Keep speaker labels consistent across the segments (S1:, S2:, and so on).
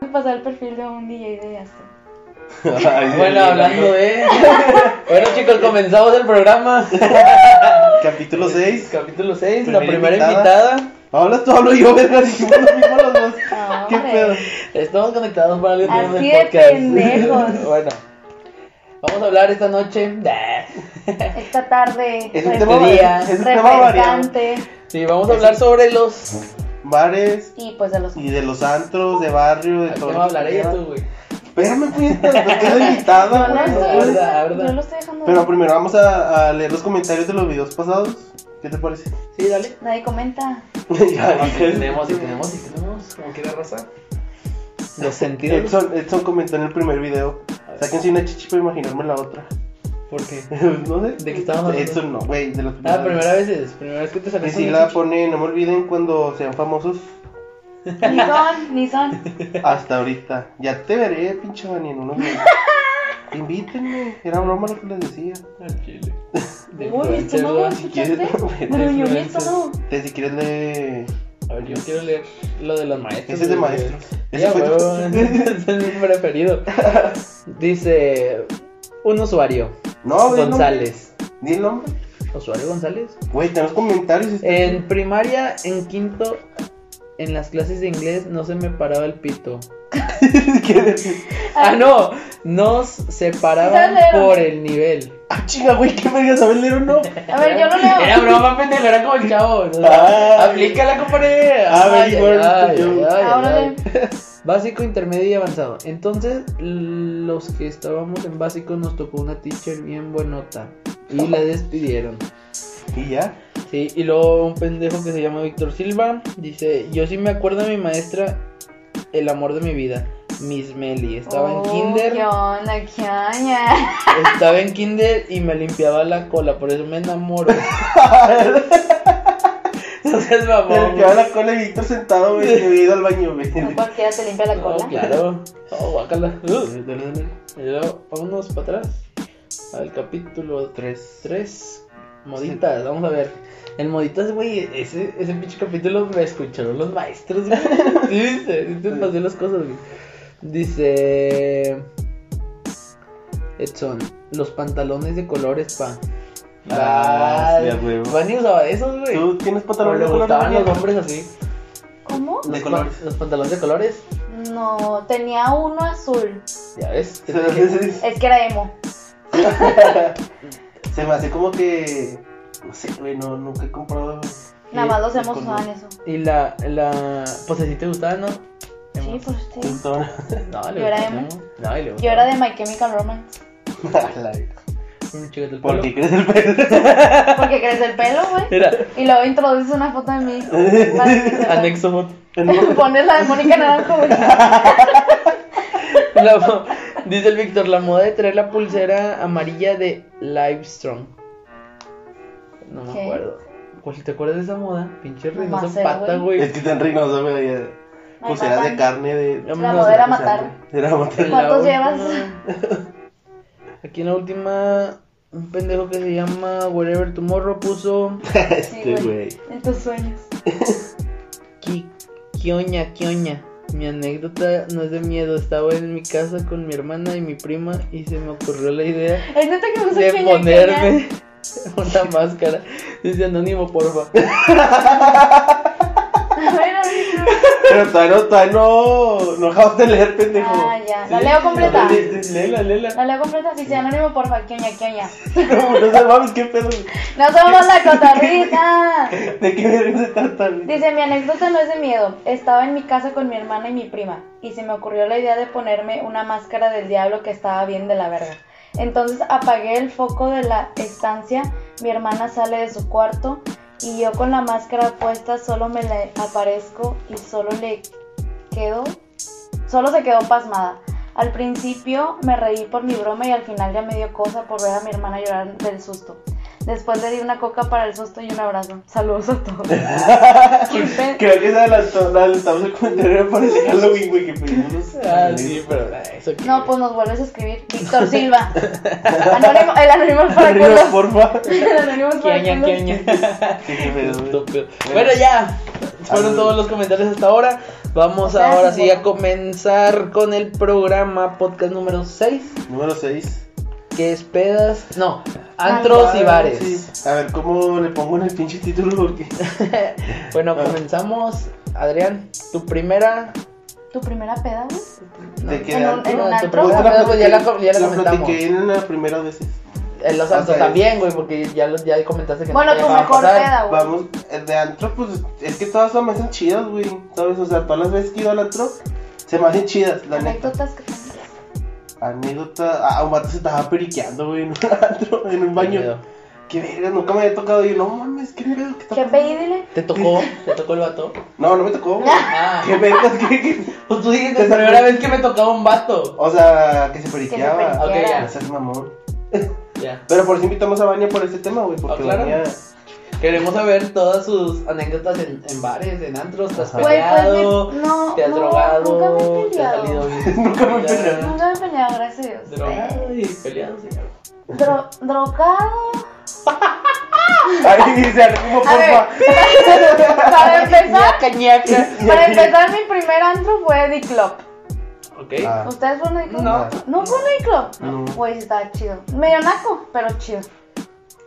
S1: me pasó el perfil de un DJ de este. Astro.
S2: Ay,
S3: Bueno, hablando de. Bueno, chicos, comenzamos el programa.
S2: Capítulo 6.
S3: Capítulo 6, la
S2: Primera
S3: primera
S2: invitada.
S3: invitada.
S2: Hablas tú, hablo yo, verga. Dijimos lo mismo los dos.
S1: No,
S2: ¿Qué
S1: hombre.
S2: pedo?
S3: Estamos conectados para algo nuevo en
S1: Así
S3: el
S1: de
S3: podcast.
S1: pendejos.
S3: Bueno, vamos a hablar esta noche. Nah.
S1: Esta tarde. este,
S2: Es un
S1: re-
S2: tema,
S3: día.
S2: es un tema variado.
S1: refrescante.
S3: Sí, vamos a hablar sobre los.
S2: Bares
S1: Y pues de los.
S2: y de los antros, de barrio, de
S3: ¿Qué
S2: todo.
S3: va
S2: lo que
S3: a hablar ella
S2: quieras.
S3: tú, güey?
S2: Espérame, puñetas, me quedo invitada.
S1: No, la
S2: güey, no
S1: estoy-
S3: la
S2: puedes.
S3: verdad, la verdad.
S1: Yo lo estoy dejando.
S2: Pero primero vamos a, a leer los comentarios de los videos pasados. ¿Qué te parece?
S3: Sí, dale.
S1: Nadie comenta.
S3: Ah, sí, tenemos, sí, tenemos, sí, tenemos. Como quiera raza. Los sentidos.
S2: Edson, Edson comentó en el primer video. Sáquense una chichi para imaginarme la otra.
S3: ¿Por qué?
S2: no sé.
S3: ¿De qué estábamos hablando?
S2: Edson no, güey, de las
S3: Ah, primera vez es. Primera vez que te saliste.
S2: Priscila pone, no me olviden cuando sean famosos.
S1: Ni son, ni son.
S2: Hasta ahorita. Ya te veré, pinche Dani, en unos meses. Invítenme. Era broma lo que les decía.
S3: Chile.
S1: Uy,
S3: De
S1: mi
S3: influencer,
S1: estómago,
S3: güey.
S2: si quieres,
S1: ¿escuchaste?
S2: güey,
S1: Me reunió mi
S3: influencer.
S1: estómago.
S2: Te, si quieres le...
S3: A ver, yo quiero leer lo de los maestros.
S2: Ese es de
S3: güey.
S2: maestros.
S3: Ya,
S2: Ese fue tu-
S3: huevón, ese es mi preferido. Dice un usuario,
S2: No, di el
S3: González.
S2: nombre. Di el nombre.
S3: ¿Usuario González?
S2: Güey, tenemos comentarios. este-
S3: En primaria, en quinto, en las clases de inglés no se me paraba el pito.
S2: ¿Qué?
S3: Ah, no, nos separaban
S1: ¿Sabes leer?
S3: por el nivel.
S2: Ah, chinga, güey, qué verga saber leer o no.
S1: A ver, yo lo
S3: Era
S1: leo.
S3: broma, pendejo, era como el chavo. ¿no?
S2: Ay.
S3: Aplícala, compadre.
S2: A ver,
S3: Ay,
S2: igual,
S3: ay,
S2: yo-
S3: ay, ay,
S1: Ahora
S3: ay.
S1: lee.
S3: Básico, intermedio y avanzado. Entonces, los que estábamos en básico nos tocó una teacher bien buenota. Y la despidieron.
S2: Y ya.
S3: Sí, y luego un pendejo que se llama Víctor Silva dice: Yo sí me acuerdo de mi maestra, el amor de mi vida, Miss Meli. Estaba en
S1: Oh,
S3: kinder.
S1: ¿Qué onda? ¿Qué onda?
S3: Estaba en kinder y me limpiaba la cola, por eso me enamoro. no seas mamón,
S2: El que va a la cola y Víctor sentado, güey, que había ido al baño, güey.
S1: No cualquiera te limpia la
S3: No,
S1: cola.
S3: claro. Oh, guácala. Uh, y luego, vámonos para atrás. Al capítulo 3. 3. Moditas, vamos a ver. El Moditas, güey, ese, ese pinche capítulo me escucharon los maestros, güey. Sí, viste, sí te
S2: Sí.
S3: pasé las cosas, güey. Dice. Edson, los pantalones de colores, pa.
S2: Ah, sí, a
S3: Ay,
S2: huevo.
S3: Fanny usaba esos, güey.
S2: ¿Tú tienes
S3: Pero
S2: pantalones
S3: le
S2: de color
S3: gustaban los
S2: Daniel?
S3: hombres así.
S1: ¿Cómo?
S2: De
S3: Los pa-
S2: colores.
S3: Los pantalones de colores.
S1: No, tenía uno azul.
S3: Ya ves. te
S2: Se me
S3: dije.
S2: hace-
S1: Es que era emo.
S2: Se me hace como que. No sé, güey, no, nunca he comprado.
S1: Nada más los
S2: de
S1: hemos
S2: color.
S1: usado en eso.
S3: Y la, la, pues así te gustaba, ¿no?
S1: Sí, pues
S2: Sí,
S1: sí.
S2: todo.
S3: No, le
S1: Yo era
S3: gustaba,
S1: emo.
S3: No, No, y le
S1: Yo
S3: gustaba.
S1: era de My Chemical Romance.
S2: A la verga.
S3: Un chico del
S2: ¿Por
S3: pelo.
S2: qué crees el pelo?
S1: Porque crece el pelo, güey.
S3: Era
S1: Y luego introduces una foto de mí. Para que sepa.
S3: anexo foto.
S1: Pones la de Mónica Naranjo, güey.
S3: La mo- dice el Víctor, la moda de traer la pulsera amarilla de Livestrong. No me
S1: ¿Qué?
S3: acuerdo. ¿Cuál- ¿Te acuerdas de esa moda? Pinche rinoso
S1: Macero,
S3: pata,
S2: Es
S3: güey.
S2: que tan rico, no güey. ya.
S1: Me
S2: Pulseras de
S1: matan.
S2: carne de.
S3: Vámonos
S1: La modera
S3: a
S1: a matar.
S2: Era matar.
S3: En la
S1: ¿Cuántos
S3: última-
S1: llevas?
S3: Aquí en la última, un pendejo que se llama Wherever Tomorrow puso
S1: Sí,
S2: Este,
S1: güey.
S2: güey.
S1: En tus sueños.
S3: Qui- Quioña, quioña. Mi anécdota no es de miedo. Estaba en mi casa con mi hermana y mi prima y se me ocurrió la idea
S1: Es neta que me uso
S3: de
S1: queña, queña.
S3: ponerme una máscara. Dice anónimo, porfa.
S1: A ver, a ver, a ver.
S2: Pero todavía no, todavía no. No acabas de leer, pendejo.
S1: Ah, ya. La leo completa.
S2: Sí, sí, Léela, léela.
S1: La leo completa. Si sea anónimo, porfa. Quioña, quioña.
S2: No, no sé, mames, qué pedo.
S1: No somos la cotorrita.
S2: ¿De qué verga se trata, güey?
S1: Dice, mi anécdota no es de miedo. Estaba en mi casa con mi hermana y mi prima, y se me ocurrió la idea de ponerme una máscara del diablo que estaba bien de la verga. Entonces apagué el foco de la estancia, mi hermana sale de su cuarto y yo con la máscara puesta solo me le aparezco y solo le quedo, solo se quedó pasmada. Al principio me reí por mi broma y al final ya me dio cosa por ver a mi hermana llorar del susto. Después le di una coca para el susto y un abrazo. Saludos a todos. Qué pe-
S2: Creo que se adelantó, la adelantamos el comentario para el Halloween, güey, que pedimos.
S3: Ah, sí, pero ah, eso qué.
S1: No, pues nos vuelves a escribir. Víctor Silva. Anónimo, el anónimo es para
S2: Arriba,
S1: culos.
S2: porfa.
S1: El anónimo es para
S3: Quioña,
S1: culos.
S3: quioña.
S2: Sí, qué pedo, güey.
S3: Estúpido. Bueno, ya. Fueron todos los comentarios hasta ahora. Vamos
S1: O sea,
S3: ahora
S1: sí, pues.
S3: sí a
S1: bueno.
S3: comenzar con el programa podcast número 6,
S2: Número 6.
S3: que es pedas, no, antros y
S1: Antros.
S3: bares.
S2: A ver, ¿cómo le pongo en el pinche título? Porque
S3: Bueno,
S2: Ah.
S3: comenzamos. Adrián, tu primera.
S1: ¿Tu primera peda, güey?
S3: no,
S2: ¿De qué
S1: En un-
S2: antro?
S1: en un
S3: No, tu
S1: antro.
S3: primera
S2: Otra
S3: peda, pues, ya la,
S2: platiqué-
S3: ya la
S2: la
S3: comentamos.
S2: platiqué en la primera vez.
S3: En los
S2: O
S3: antros
S2: sea,
S3: también, güey, porque ya, lo- ya comentaste que
S1: Bueno,
S3: te
S1: tu
S3: iba a
S1: mejor
S3: pasar.
S1: peda, güey.
S2: Vamos, el de antro, pues es que todas me hacen chidas, güey. ¿Sabes? O sea, todas las veces que he ido al antro, se me hacen chidas, la neta.
S1: Anécdotas que tengas.
S2: Anécdota, ah, un vato se estaba periqueando, güey, en un antro, en un baño.
S3: Miedo.
S2: Qué verga, nunca me había tocado. Y yo, no mames, qué pedo que está
S1: ¿Qué
S2: pasando?
S1: pedídele?
S3: ¿Te tocó? ¿Te tocó el vato?
S2: No, no me tocó, güey.
S3: Ah,
S2: Qué vergas, qué, qué-
S3: pues tú dijiste la primera vez que me tocaba un vato.
S2: O sea, que se
S1: Que se
S2: periqueaba.
S3: Ok,
S1: periqueara.
S2: No seas mamón.
S3: Ya.
S2: Pero por eso invitamos a Vania por este tema, güey, porque
S3: Ah, claro.
S2: Vania.
S3: Queremos saber todas sus anécdotas en, en bares, en antros. ¿Te has
S2: Ajá.
S1: Güey, pues
S3: peleado?
S1: me- no,
S3: ¿Te has
S1: no,
S3: drogado?
S1: nunca me he
S3: ¿Te has
S1: peleado.
S3: salido bien?
S2: Nunca me he peleado.
S1: Nunca me he peleado, gracias a Dios.
S3: Drogado y peleado, señor.
S1: Dro- drogado.
S2: Ahí dice algo como
S1: A ver,
S2: porfa.
S1: para empezar,
S3: Cañaca.
S1: para empezar, mi primer antro fue The Club.
S3: Ok.
S2: Ah,
S1: ¿Ustedes fueron a The Club?
S3: No.
S1: ¿No fue a The Club?
S2: No.
S1: Güey, estaba chido. Medio naco, pero chido.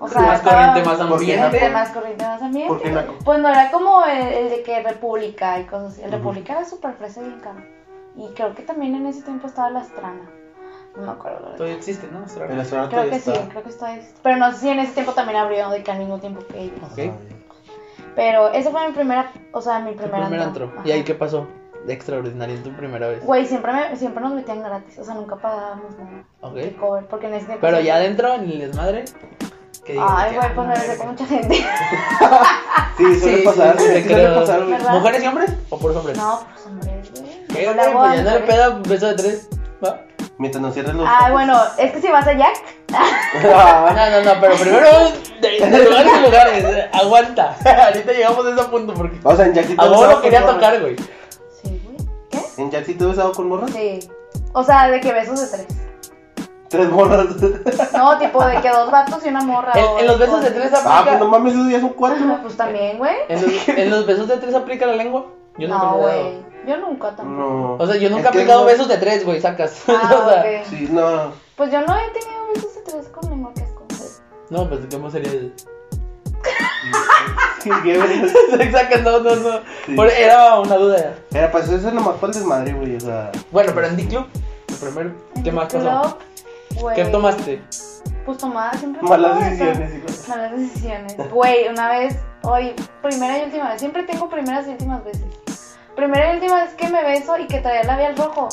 S1: O sea,
S3: más
S1: estaba-
S3: corriente, más
S2: ¿Por qué
S3: ambiente.
S1: Más corriente, más ambiente.
S2: ¿Por qué naco?
S1: Pues no era como el, el de que República y cosas así. El
S2: Ujú.
S1: República era súper fresa y bien caro. Y creo que también en ese tiempo estaba la Astrana. No me acuerdo. la verdad.
S3: Todavía existe, ¿no?
S2: el
S3: Australia.
S2: astronauta
S1: Creo
S2: ya
S1: que
S2: está.
S1: sí, creo que está ahí. Pero no sé si en ese tiempo también abrió de que al mismo tiempo que ellos.
S3: Ok.
S1: Pero esa fue mi primera, o sea, mi
S3: Tu
S1: primera.
S3: primer antro. ¿Y ahí qué pasó? De extraordinario en tu primera vez.
S1: Güey, siempre, me- siempre nos metían gratis, o sea, nunca pagábamos nada.
S3: Ok.
S1: de cover, porque en ese tiempo.
S3: Pero ya adentro, en el desmadre. que digas
S1: Ay,
S3: que,
S1: güey, pues me besé con mucha gente.
S2: Sí, suele
S3: Ah. Sí,
S2: pasar,
S3: sí, sí,
S2: güey,
S3: te
S2: suele
S3: creo.
S2: pasar, güey.
S1: ¿Verdad?
S3: ¿Mujeres y hombres? ¿O por hombres?
S1: No, pues hombre, güey.
S3: ¿Qué?
S1: Yo
S3: güey?
S1: le hago a
S3: Pues ya no le
S1: mujeres.
S3: peda un beso de tres. ¿Va?
S2: Mientras no cierres los
S1: Ay,
S2: ojos.
S1: Ah, bueno, es que si vas a Jack,
S2: Ah,
S3: No, no, no, pero primero de, de lugares a lugares. Aguanta. Ahorita llegamos a ese punto porque.
S2: O sea, en Jack sí te
S3: A
S2: has
S3: vos
S2: besado
S3: lo
S2: con
S3: quería
S2: morras.
S3: tocar, güey.
S1: sí, güey. ¿Qué?
S2: ¿En Jack sí te he besado con morras?
S1: Sí. O sea, de que besos de tres.
S2: Tres morras.
S1: No, tipo de que dos vatos y una morra.
S3: En,
S1: o
S3: en los
S1: de
S3: besos de
S1: cosas.
S3: tres
S2: Ah, pues no
S3: aplica.
S2: mames, esos ya son cuatro.
S1: Pues también, güey.
S3: En los, en los besos de tres aplica la lengua. Yo nunca
S1: No,
S3: le he dado.
S1: güey. Yo nunca tampoco.
S2: No.
S3: O sea, yo
S2: Es
S3: nunca he
S2: que
S3: aplicado
S2: no-
S3: besos de tres, güey, sacas.
S1: Ah,
S3: o sea,
S1: ok.
S2: Sí, no.
S1: Pues yo no he tenido besos de tres con lengua que es con
S3: no, pues ¿cómo sería el.
S2: Sí, qué vergas.
S3: sacas, no, no, no.
S2: Sí.
S3: Por- era una duda.
S2: Era, pues eso es nomás para el desmadre, güey. O sea,
S3: Bueno, pero en D-Club, el primero, ¿qué más pasó?
S1: Club, güey.
S3: ¿Qué tomaste?
S1: Pues tomaba siempre.
S2: malas
S1: tomaba de
S2: decisiones, hijo.
S1: todo. Malas decisiones. Güey, una vez, hoy, primera y última vez. Siempre tengo primeras y últimas veces. Primera y última vez que me beso y que traía el labial rojo.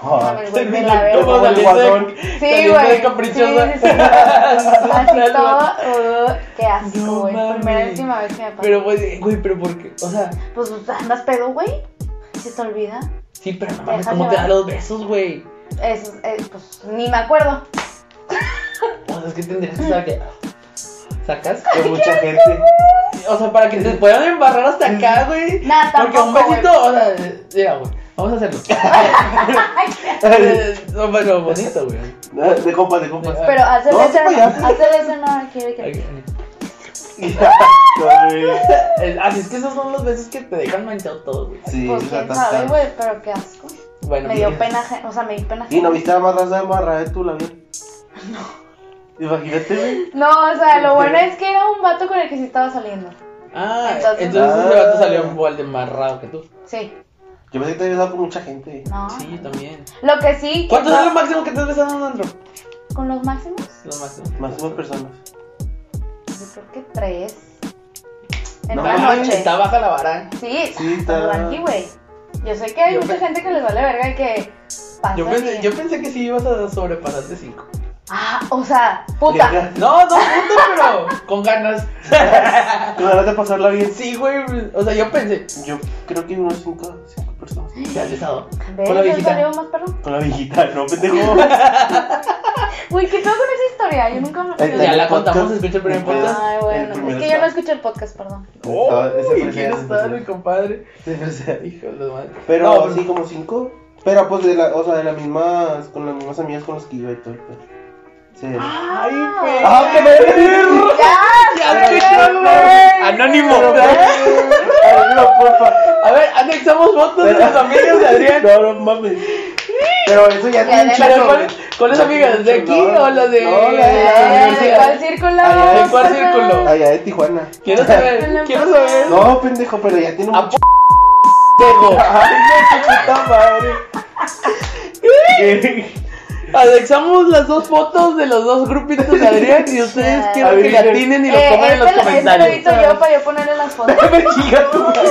S2: Ah,
S1: Mames, güey, pues, me la veo.
S3: ¿Cómo
S2: Como el
S3: saliste?
S2: guasón.
S1: Sí,
S3: Saliendo
S1: güey.
S3: de caprichosa.
S1: Sí, sí, sí. Así
S3: Dale,
S1: todo. uh, qué asco,
S3: No
S1: güey. primera y
S3: mames.
S1: última vez que me pasó.
S3: Pero, güey, güey, pero ¿por qué? O sea,
S1: Pues pues, andas pedo, güey. Se te olvida.
S3: sí, pero no
S1: Te
S3: mames,
S1: dejas
S3: ¿cómo te
S1: llevar.
S3: dan los besos, güey?
S1: Eso, es- eh, pues ni me acuerdo.
S3: Ah. O sea, es que tendrías que estar que. ¿Sacas?
S2: Que Ah, mucha gente.
S3: O sea, para que te puedan embarrar hasta acá, güey.
S1: Nada,
S3: Porque un
S1: tampoco,
S3: besito, o sea, mira, güey, vamos a hacerlo. Eh, no, bueno, bonito, güey.
S2: Ah, De compas, de compas.
S1: Pero hacer
S2: No,
S1: ese
S2: sí, payaso.
S1: hacer ese no quiere que.
S3: Ok.
S2: No, güey.
S3: Eh, Así es que esos son los besos que te dejan manchado todo, güey.
S2: Sí,
S1: pues
S2: o sea,
S1: quién
S2: está-
S1: sabe,
S2: está-
S1: güey, pero qué asco.
S3: Bueno,
S1: Me dio
S3: bien.
S1: pena, ajena, o sea, me dio pena.
S2: Y no
S1: ajena.
S2: viste a más raza de marra, ¿eh? Tú la vi. No. Imagínate, güey.
S1: No, o sea, lo bueno es que era un vato con el que sí estaba saliendo.
S3: Ah,
S1: Entonces-
S3: entonces, ese
S2: Ah.
S3: vato salió igual de marrado que tú.
S1: Sí,
S2: Yo pensé que te había dado con mucha gente, güey.
S1: no.
S3: Sí, yo también.
S1: Lo que sí. que
S3: ¿Cuánto
S1: no-
S3: es lo máximo que te has besado en un antro?
S1: Con los máximos,
S3: Lo máximo.
S2: Más dos personas.
S1: yo creo que tres. En
S2: No,
S1: una
S2: mames,
S1: noche.
S3: Está baja la vara.
S1: Sí, pues,
S2: Sí, está-
S1: tranqui, güey. Yo sé que hay
S3: Yo
S1: mucha
S3: pe-
S1: gente que les vale verga y que pasa
S3: Yo pensé,
S1: y-
S3: yo pensé que sí ibas a sobrepasar de 5.
S1: Ah, o sea, puta.
S2: Verga.
S3: No, no, punto, pero con ganas.
S2: Con ganas de pasarla bien.
S3: Sí, güey. O sea, yo pensé.
S2: Yo creo que unos cinco, cinco personas.
S3: ¿Te has besado?
S1: ¿Ves?
S3: Con la
S1: ¿No
S3: viejita.
S1: salió más perro?
S2: Con la viejita, no, pendejo.
S1: Uy, ¿qué pedo con esa historia? Yo nunca me
S2: Ahí está
S3: Ya
S2: el
S3: la
S2: podcast.
S3: contamos, escucha el primer
S2: Ni pedo.
S3: podcast.
S1: Ay,
S2: El
S1: bueno. Es
S2: primero
S1: que yo no
S2: está.
S1: escuché el podcast, perdón.
S2: Estaba- Ah, ese
S3: Uy,
S2: fue
S3: ¿quién
S2: ese
S3: está,
S2: fue
S3: mi compadre?
S2: O sea,
S3: Hijo de madre.
S2: Pero
S3: No, pues-
S2: sí, como cinco. Pero pues de la, o sea, de las mismas, con las mismas amigas con las que iba y todo el pedo. Sí.
S3: ¡Ay, pues. güey!
S2: ¡Ah, qué perro!
S3: ¡Ya,
S1: ¡Ya!
S3: ya,
S1: güey!
S3: güey! ¡Anónimo!
S2: Hazlo, porfa.
S3: A ver, anexamos fotos de Pues las amigas de Adrián.
S2: No, no mames. Pero eso ya
S1: Ya,
S2: tiene un
S1: ya,
S2: chingo,
S3: ¿Cuáles
S2: güey.
S3: cuál es
S2: Ya
S3: amigas? ¿De
S2: tiene un
S3: aquí
S2: chingo.
S3: o las de
S2: No, la de
S3: la
S2: la
S1: Eh, ¿Cuál
S3: universidad?
S1: círculo?
S2: Allá,
S3: ¿de cuál
S1: Perdón.
S3: círculo?
S2: Allá Ah, de Tijuana.
S3: Quiero saber, quiero saber.
S2: No, pendejo, pero ya tiene un
S3: A
S2: chingo.
S3: pendejo.
S2: Ay, no, qué puta madre.
S3: Anexamos las dos fotos de los dos grupitos de Adrián y ustedes
S1: Ya.
S3: quiero que gatinen y lo
S1: Eh,
S3: pongan en los
S1: este lo- este
S3: comentarios.
S1: lo edito yo para yo ponerle las fotos.
S2: Me chinga tu madre.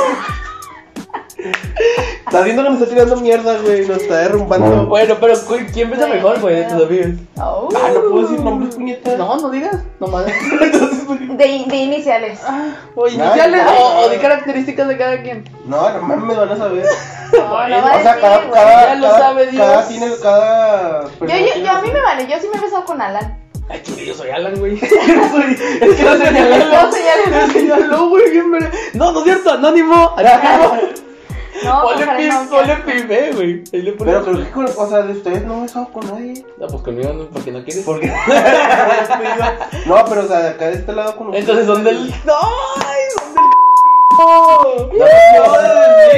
S2: Estás viendo que nos está tirando mierda, güey. Nos está derrumbando.
S3: Bueno, pero cu- ¿quién piensa mejor, güey, de tus amigos?
S1: Au.
S2: Ah, no puedo decir nombres, puñetas.
S3: No, no digas, nomás.
S2: Entonces, pues,
S1: De, de iniciales.
S3: O iniciales o, o de características de cada quien.
S2: No, no mames, me van a saber.
S1: No, no va a
S2: o sea,
S1: decir,
S2: cada,
S1: güey.
S2: cada,
S3: Ya lo
S2: cada,
S3: sabe Dios.
S2: cada tiene cada.
S1: Yo, yo, yo a mí me vale, yo sí me he besado con Alan.
S3: Ay, chile, yo soy Alan, güey. Yo soy- es que lo señaló.
S1: Lo señaló.
S3: Lo señaló, güey, bien verga. No, no es cierto, anónimo. anónimo.
S1: No,
S3: Ponle
S1: ojalá
S3: pim,
S1: no,
S3: ponle
S1: que-
S3: pim, eh, güey. Ahí le pones-
S2: Pero creo que, con, o sea, de ustedes no me he besado con nadie.
S3: No, pues conmigo no, porque no quieres.
S2: ¿Por qué? no, pero o sea, de acá de este lado con ustedes.
S3: Entonces, ¿dónde el...? ¡No! ay, ¿Dónde el...?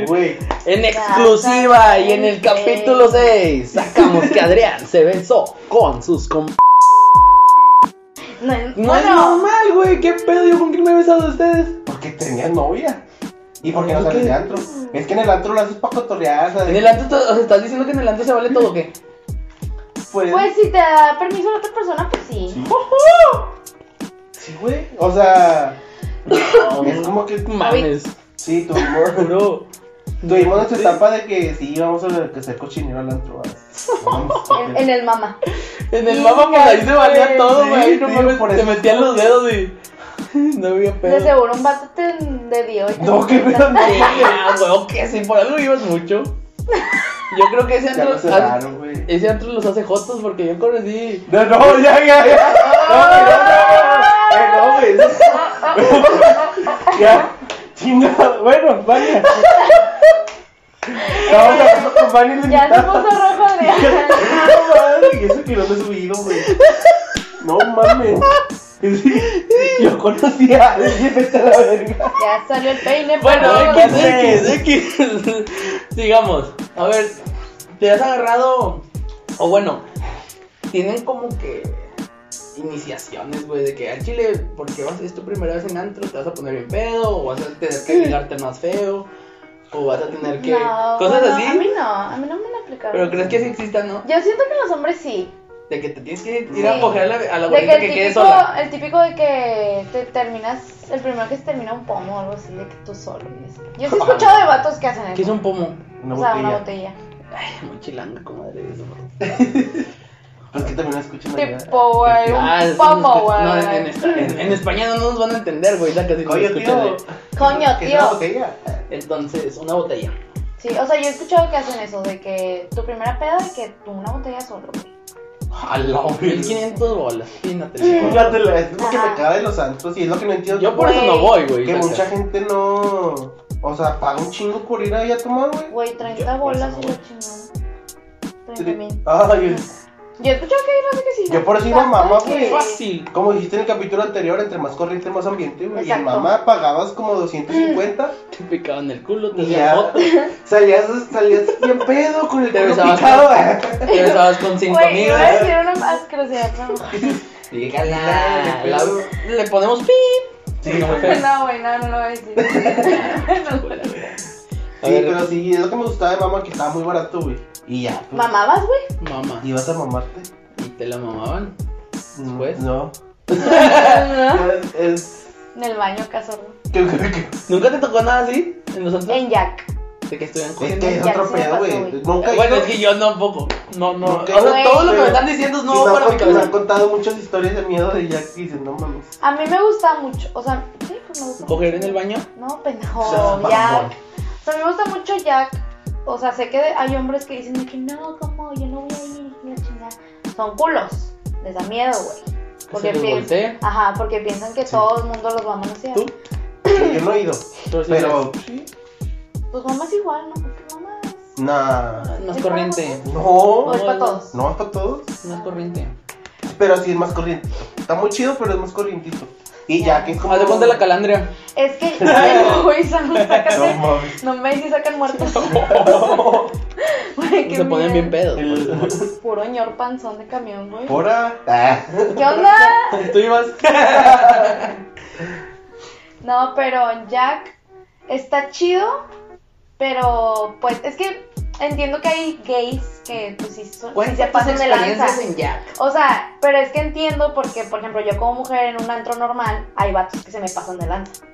S2: No,
S3: ¡No!
S2: Güey,
S3: En exclusiva y en el capítulo 6 sacamos que Adrián se besó con sus com...
S1: No,
S3: No es
S1: bueno,
S3: normal, güey. ¿Qué pedo? ¿Yo con quién me he besado de ustedes?
S2: porque tenías novia. ¿Y por qué no
S3: ¿Por
S2: sales
S3: qué?
S2: de antro? Es que en el antro lo haces para cotorrear, o sea,
S3: En el antro, o sea, ¿estás diciendo que en el antro se vale todo o qué?
S2: pues.
S1: pues si te da permiso la otra persona, pues sí.
S2: Sí. Sí, güey. O sea, es como que.
S3: Mames.
S2: Sí, tuvimos.
S3: Bro.
S2: Tuvimos nuestra etapa de que sí íbamos a hacer cochinero al antro. ¿verdad? No mames,
S1: En, en el mamá.
S3: En el mapa, pues ahí se valía todo,
S2: Sí,
S3: güey. No
S2: tío,
S3: mames,
S2: por
S3: te
S2: eso.
S3: metían los dedos y. No había
S1: De
S3: pedo.
S1: seguro un vato te de dio. y te-
S2: No, qué pedo, no.
S3: Ah, güey, que sí, por algo ibas mucho. Yo creo que ese
S2: Ya
S3: antro.
S2: lo cerraron, güey.
S3: Ese antro los hace jotos porque yo conocí.
S2: No, no, ya, ya, ya. No, no, no, no. Eh, no, güey. Ya. Chingado. Bueno, vaya. Vamos a ver con
S1: Ya
S2: Vania
S1: se
S2: invitada.
S1: puso rojo de
S2: No madre, y eso que no lo he subido, güey. No mames. Sí, Yo conocí a alguien, vete a la verga.
S1: Ya salió el peine.
S3: Bueno,
S1: pero-
S2: X,
S3: X, X, X. Sigamos. A ver, ¿te has agarrado? O bueno, tienen como que iniciaciones, güey, de que al chile, porque vas, es tu primera vez en antro, te vas a poner bien pedo, o vas a tener que ligarte más feo, o vas a tener que.
S1: No,
S3: cosas
S1: bueno, A mí
S3: así.
S1: no, a mí no me la aplicaron.
S3: Pero crees que sí existan, ¿no?
S1: Yo siento que los hombres sí.
S3: De que te tienes que ir
S1: Sí.
S3: a coger a la, a la
S1: De que
S3: abuelita
S1: el
S3: que, quede
S1: típico,
S3: sola.
S1: el típico de que te terminas, el primero que se termina un pomo o algo así, de que tú solo. y eso. Yo sí he escuchado de vatos que hacen
S3: Que es
S1: eso.
S3: un pomo.
S2: Una
S1: o sea, una
S2: botella.
S1: botella.
S3: Ay, muy chilanga, comadre. Eso,
S2: Pues que también escuchan allá.
S1: Tipo, güey, un
S3: Ah, sí,
S1: pomo,
S3: nos-
S1: güey.
S3: no, en, en esta- en- en español no nos van a entender, güey. La casi
S2: Coño, tío.
S1: Coño,
S2: ¿Qué es una
S1: tío.
S2: botella?
S3: Entonces, una botella.
S1: Sí, o sea, yo he escuchado que hacen eso, de que tu primera peda, de que tú una botella solo, güey.
S3: A la 1500 bolas. Fíjate.
S2: Fíjatela, es lo que
S1: Ah.
S2: me caga de los antros y es lo que no entiendo.
S3: Yo por eso no voy, güey.
S2: Que
S3: saca.
S2: mucha gente no. O sea, paga un chingo por ir ahí a tomar, güey.
S1: Güey, 30
S3: Yo, por eso
S1: bolas
S3: no
S1: y la chingada. 30 mil.
S2: Ay,
S1: Yo he escuchado que hay raza que sí.
S2: Yo por eso iba a mamá,
S1: vatos que-
S2: güey.
S3: Fácil.
S2: como dijiste en el capítulo anterior, entre más corriente, más ambiente, güey. Y en
S1: Exacto.
S2: mamá pagabas como 250.
S3: Te picaban el culo, te
S2: Y
S3: hacían
S2: ya.
S3: fotos.
S2: Salías, salías bien pedo con el
S3: Te
S2: culo
S3: besabas.
S2: picado.
S3: Te besabas con cinco
S1: Güey, iba a
S3: amigas.
S1: decir una asquerosidad, no.
S3: Dígala. la- Le ponemos pip.
S2: Sí,
S3: No,
S2: güey.
S3: pero-
S1: No, güey, no, no lo voy a decir. No.
S3: A
S2: Sí,
S3: ver,
S2: pero sí, es lo que me gustaba de mamá, que estaba muy barato, güey. Y ya. pues,
S1: ¿Mamabas, güey?
S3: Mamá.
S2: ¿Ibas a mamarte?
S3: ¿Y te la mamaban?
S2: Mm,
S3: Pues.
S2: No.
S1: en
S2: Es- Es.
S1: el baño, casorro.
S2: que- que- que-
S3: ¿Nunca te tocó nada así? En los antros?
S1: En Jack.
S3: De que estuvieran
S2: Es
S3: cogiendo.
S2: que es
S1: Ya
S2: otro
S1: se me
S2: pedo,
S1: pasó,
S2: güey.
S1: güey.
S2: Nunca he
S3: Bueno,
S2: ido.
S3: es que yo tampoco. No, no.
S2: No,
S3: o sea,
S1: güey.
S3: todo lo que me
S2: Pero-
S3: están diciendo es
S2: Y
S3: nuevo
S2: me han
S3: para mi
S2: con- Me han
S3: cabeza.
S2: contado muchas historias de miedo de Jack y dicen, no mames.
S1: A mí me gusta mucho. O sea, sí, pues me gusta.
S3: ¿Coger en
S1: mucho.
S3: el baño?
S1: No,
S2: O
S1: pendejo.
S2: sea,
S1: Jack.
S2: mamón.
S1: O sea, a mí me gusta mucho Jack. O sea, sé que hay hombres que dicen de que no, como yo no voy a ir. La chingada. Son culos. Les da miedo, güey. Porque
S3: se los
S1: piensan.
S3: voltee.
S1: Ajá, porque piensan que todo el mundo los va a manosear.
S3: ¿Tú?
S2: Sí, Yo no he ido.
S3: Pero sí
S2: Pero. Sí.
S1: Pues mamás igual, ¿no? Porque mamás.
S2: Nah.
S3: Más corriente.
S1: O
S2: No.
S1: es para todos.
S2: No es para todos.
S3: Más corriente.
S2: pero así es más corrientito. Está muy chido, pero es más corrientito. Y ya que es como.
S3: Haz de cuenta la calandria.
S1: Es que, ay, güey, Samu, sácate.
S2: No mames.
S1: No me si sacan muertos. Güey, qué
S3: Se ponen
S1: miedo.
S3: bien pedos.
S2: El-
S1: Puro ñor panzón de camión, güey.
S2: Hora. Ah.
S1: ¿Qué onda?
S3: Tú ibas.
S1: No, pero Jack está chido, pero pues es que entiendo que hay gays que pues sí, son, sí se pasan de lanza.
S3: Jack.
S1: O sea, pero es que entiendo porque, por ejemplo, yo como mujer en un antro normal, hay vatos que se me pasan de lanza.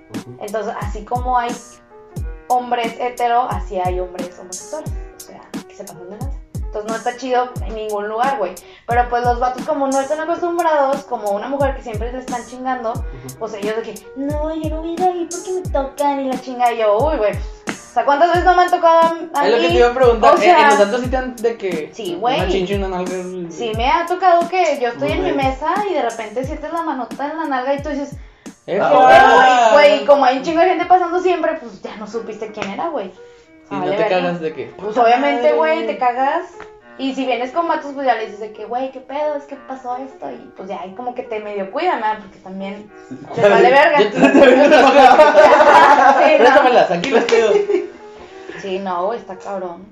S1: Entonces, así como hay hombres hetero, así hay hombres homosexuales. O sea, que se pasan de lanza. Entonces no está chido en ningún lugar, güey. Pero pues los vatos como no están acostumbrados, como una mujer que siempre le están chingando, pues ellos de que, no, yo no voy a ir ahí porque me tocan y la chinga. Y yo, uy, güey. O sea, ¿cuántas veces no me han tocado a, a
S3: Es lo que
S1: mí?
S3: te iba a preguntar. Eh,
S1: O sea-
S3: en los santos sí te han de que.
S1: Sí, güey.
S3: Una chincha y una nalga. Eh,
S1: Sí, me ha tocado que yo estoy en mi
S2: Güey.
S1: mesa y de repente sientes la manota en la nalga y tú dices,
S3: Eh,
S1: "¿Qué
S3: ah.
S1: pedo, güey?". Güey, y como hay un chingo de gente pasando siempre, pues ya no supiste quién era, güey. Ah,
S3: Y no
S1: Vale,
S3: te
S1: verga.
S3: cagas de que.
S1: Pues obviamente, güey, te
S3: cagas.
S1: cagas. Y si vienes con matos, pues ya le dices de que, güey, qué pedo, es que pasó esto. Y pues ya ahí como que te medio cuidan, ¿verdad? Porque también les vale verga.
S3: Yo te- yo te-
S1: Sí, no.
S3: Préstamelas, aquí las tengo.
S1: Sí, no, güey, está cabrón.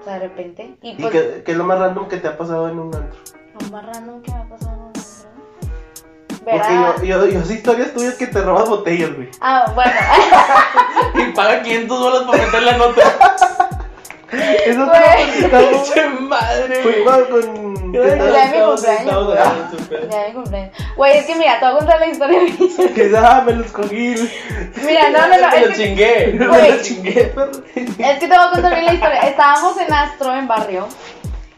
S1: O sea, de repente. Y
S2: ¿Y
S1: pues,
S2: qué, qué es lo más random que te ha pasado en un antro?
S1: lo más random que me ha pasado en un antro. ¿Verdad?
S2: Porque yo, yo, yo sé historias tuyas que te robas botellas, güey.
S1: Ah, bueno.
S3: Y paga 500 bolas para meter la nota.
S2: Eso
S1: Güey.
S2: te lo
S3: ¡Qué madre!
S2: Fuimos con.
S3: Ay,
S1: Ya ¿eh?
S2: que
S1: es mi cumpleaños, güey.
S3: Ah, súper.
S1: Ya me compré. Güey, es que mira, te voy a contar la historia mía.
S2: ah, me los cogí.
S1: Mira, no, no, no.
S3: Te lo
S1: Es que,
S3: chingué.
S2: Me
S1: Güey.
S2: los chingué, perro.
S1: es que te voy a contar bien la historia. Estábamos en Astro, en barrio,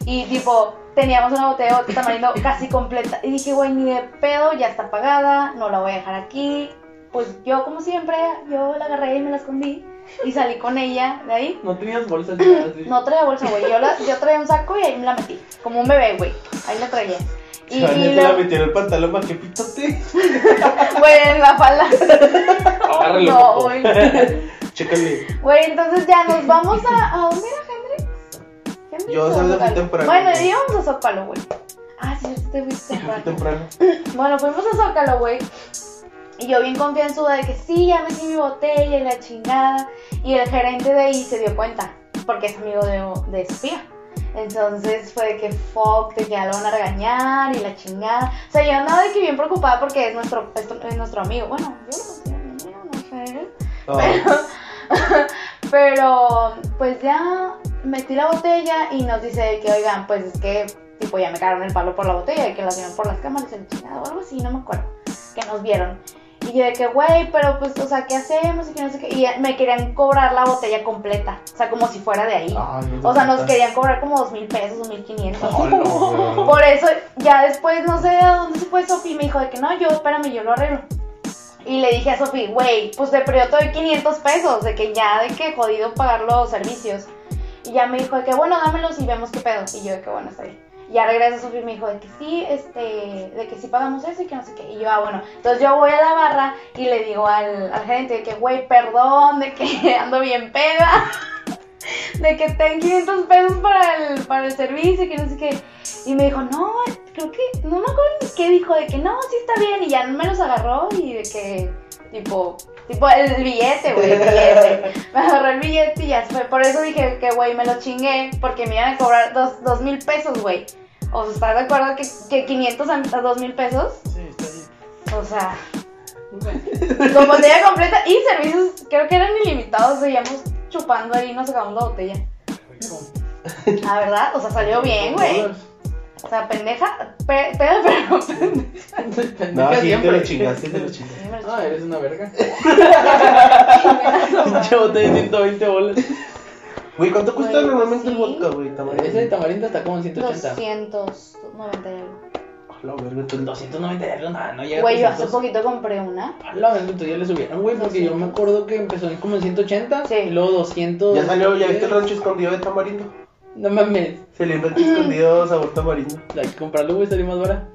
S1: y tipo, teníamos una botella de vodka tamarindo casi completa. Y dije, güey, ni de pedo, ya está pagada, no la voy a dejar aquí. Pues yo, como siempre, yo la agarré y me la escondí. Y salí con ella de ahí.
S3: No tenías bolsas ni nada así.
S1: No traía bolsa, güey. Yo, la- yo traía un saco y ahí me la metí. Como un bebé, güey. Ahí la traía. Y,
S2: Chavales,
S1: y
S2: se la
S1: la,
S2: metió en el pantalón para que pítate.
S1: güey, en la falda.
S3: Agárralo,
S1: No,
S3: popo.
S1: güey.
S2: Chécale.
S1: Güey, entonces ya nos vamos a. ¿A dónde era Hendrix? Hendrix
S2: Yo
S1: o
S2: salgo
S1: Zócalo.
S2: muy temprano.
S1: Bueno, y íbamos a Zócalo, güey. Ah, sí, te fuiste
S2: Sí, fue
S1: temprano.
S2: temprano.
S1: Bueno, fuimos a Zócalo, güey. Y yo bien confianzuda de que sí, ya metí mi botella y la chingada. Y el gerente de ahí se dio cuenta, porque es amigo de, de espía. Entonces fue de que fuck, de que ya lo van a regañar y la chingada. O sea, yo andaba de que bien preocupada porque es nuestro, es, es nuestro amigo. Bueno, yo lo considero mi amigo, no sé.
S2: Ah,
S1: Pero pues ya metí la botella y nos dice de que, oigan, pues es que tipo ya me cagaron el palo por la botella y que la vieron por las cámaras el chingado o algo así, no me acuerdo. Que nos vieron. Y yo de que, güey, pero pues, o sea, ¿qué hacemos? Y que no sé qué. Y me querían cobrar la botella completa. O sea, como si fuera de ahí.
S2: ah, no
S1: O sea, nos
S2: sé.
S1: querían cobrar como dos mil pesos, dos mil quinientos.
S2: Ah, no, güey.
S1: Por eso, ya después, no sé a dónde se fue Sofi, me dijo de que no, yo, espérame, yo lo arreglo. Y le dije a Sofi, güey, pues te perdió todo de 500 pesos, de que ya, de que jodido pagar los servicios. Y ya me dijo de que, bueno, dámelos y vemos qué pedo. Y yo de que, bueno, está bien. Y Ya regresa Sofi y me dijo de que sí, este, de que sí pagamos eso y que no sé qué. Y yo, ah, bueno. Entonces yo voy a la barra y le digo al, al gerente de que, güey, perdón, de que ando bien peda. De que ten 500 pesos para el, para el servicio y que no sé qué. Y me dijo, no, creo que, no me acuerdo ni qué dijo, de que no, sí está bien. Y ya me los agarró y de que, tipo, tipo el billete, güey, el billete. Me agarró el billete y ya se fue. Por eso dije que, güey, me lo chingué, porque me iban a cobrar dos, dos mil pesos, güey. O sea, ¿estás de acuerdo que, que 500 a, a dos mil pesos?
S3: Sí, está bien.
S1: O sea, con botella completa y servicios, creo que eran ilimitados, seguíamos chupando ahí y nos sacamos la botella. La verdad, o sea, salió bien, güey. O sea, pendeja, pe- peda, pero pendeja.
S2: No,
S3: Pendeja
S2: sí, te
S3: siempre.
S2: lo chingaste, te lo chingaste.
S3: No, eres una verga. Pinche botella de 120 bolas.
S2: Güey, ¿cuánto cuesta
S1: Güey,
S2: normalmente
S1: sí.
S2: el vodka, güey? Tamarindo.
S3: Ese de tamarindo está como en 180.
S1: 290 y algo.
S2: A Ah, la verga,
S3: En
S2: entonces,
S3: 290 de algo, nada, no llega
S1: Güey, yo
S3: a
S1: hace
S3: 300.
S1: poquito compré una.
S3: A la verga, entonces ya le subieron, güey, porque yo me acuerdo que empezó en como en 180
S1: Sí.
S3: y luego 200.
S2: Ya salió, ya viste el rancho escondido de tamarindo.
S3: No mames,
S2: Salió el rancho escondido sabor tamarindo.
S3: hay que comprarlo, güey, salió más barato.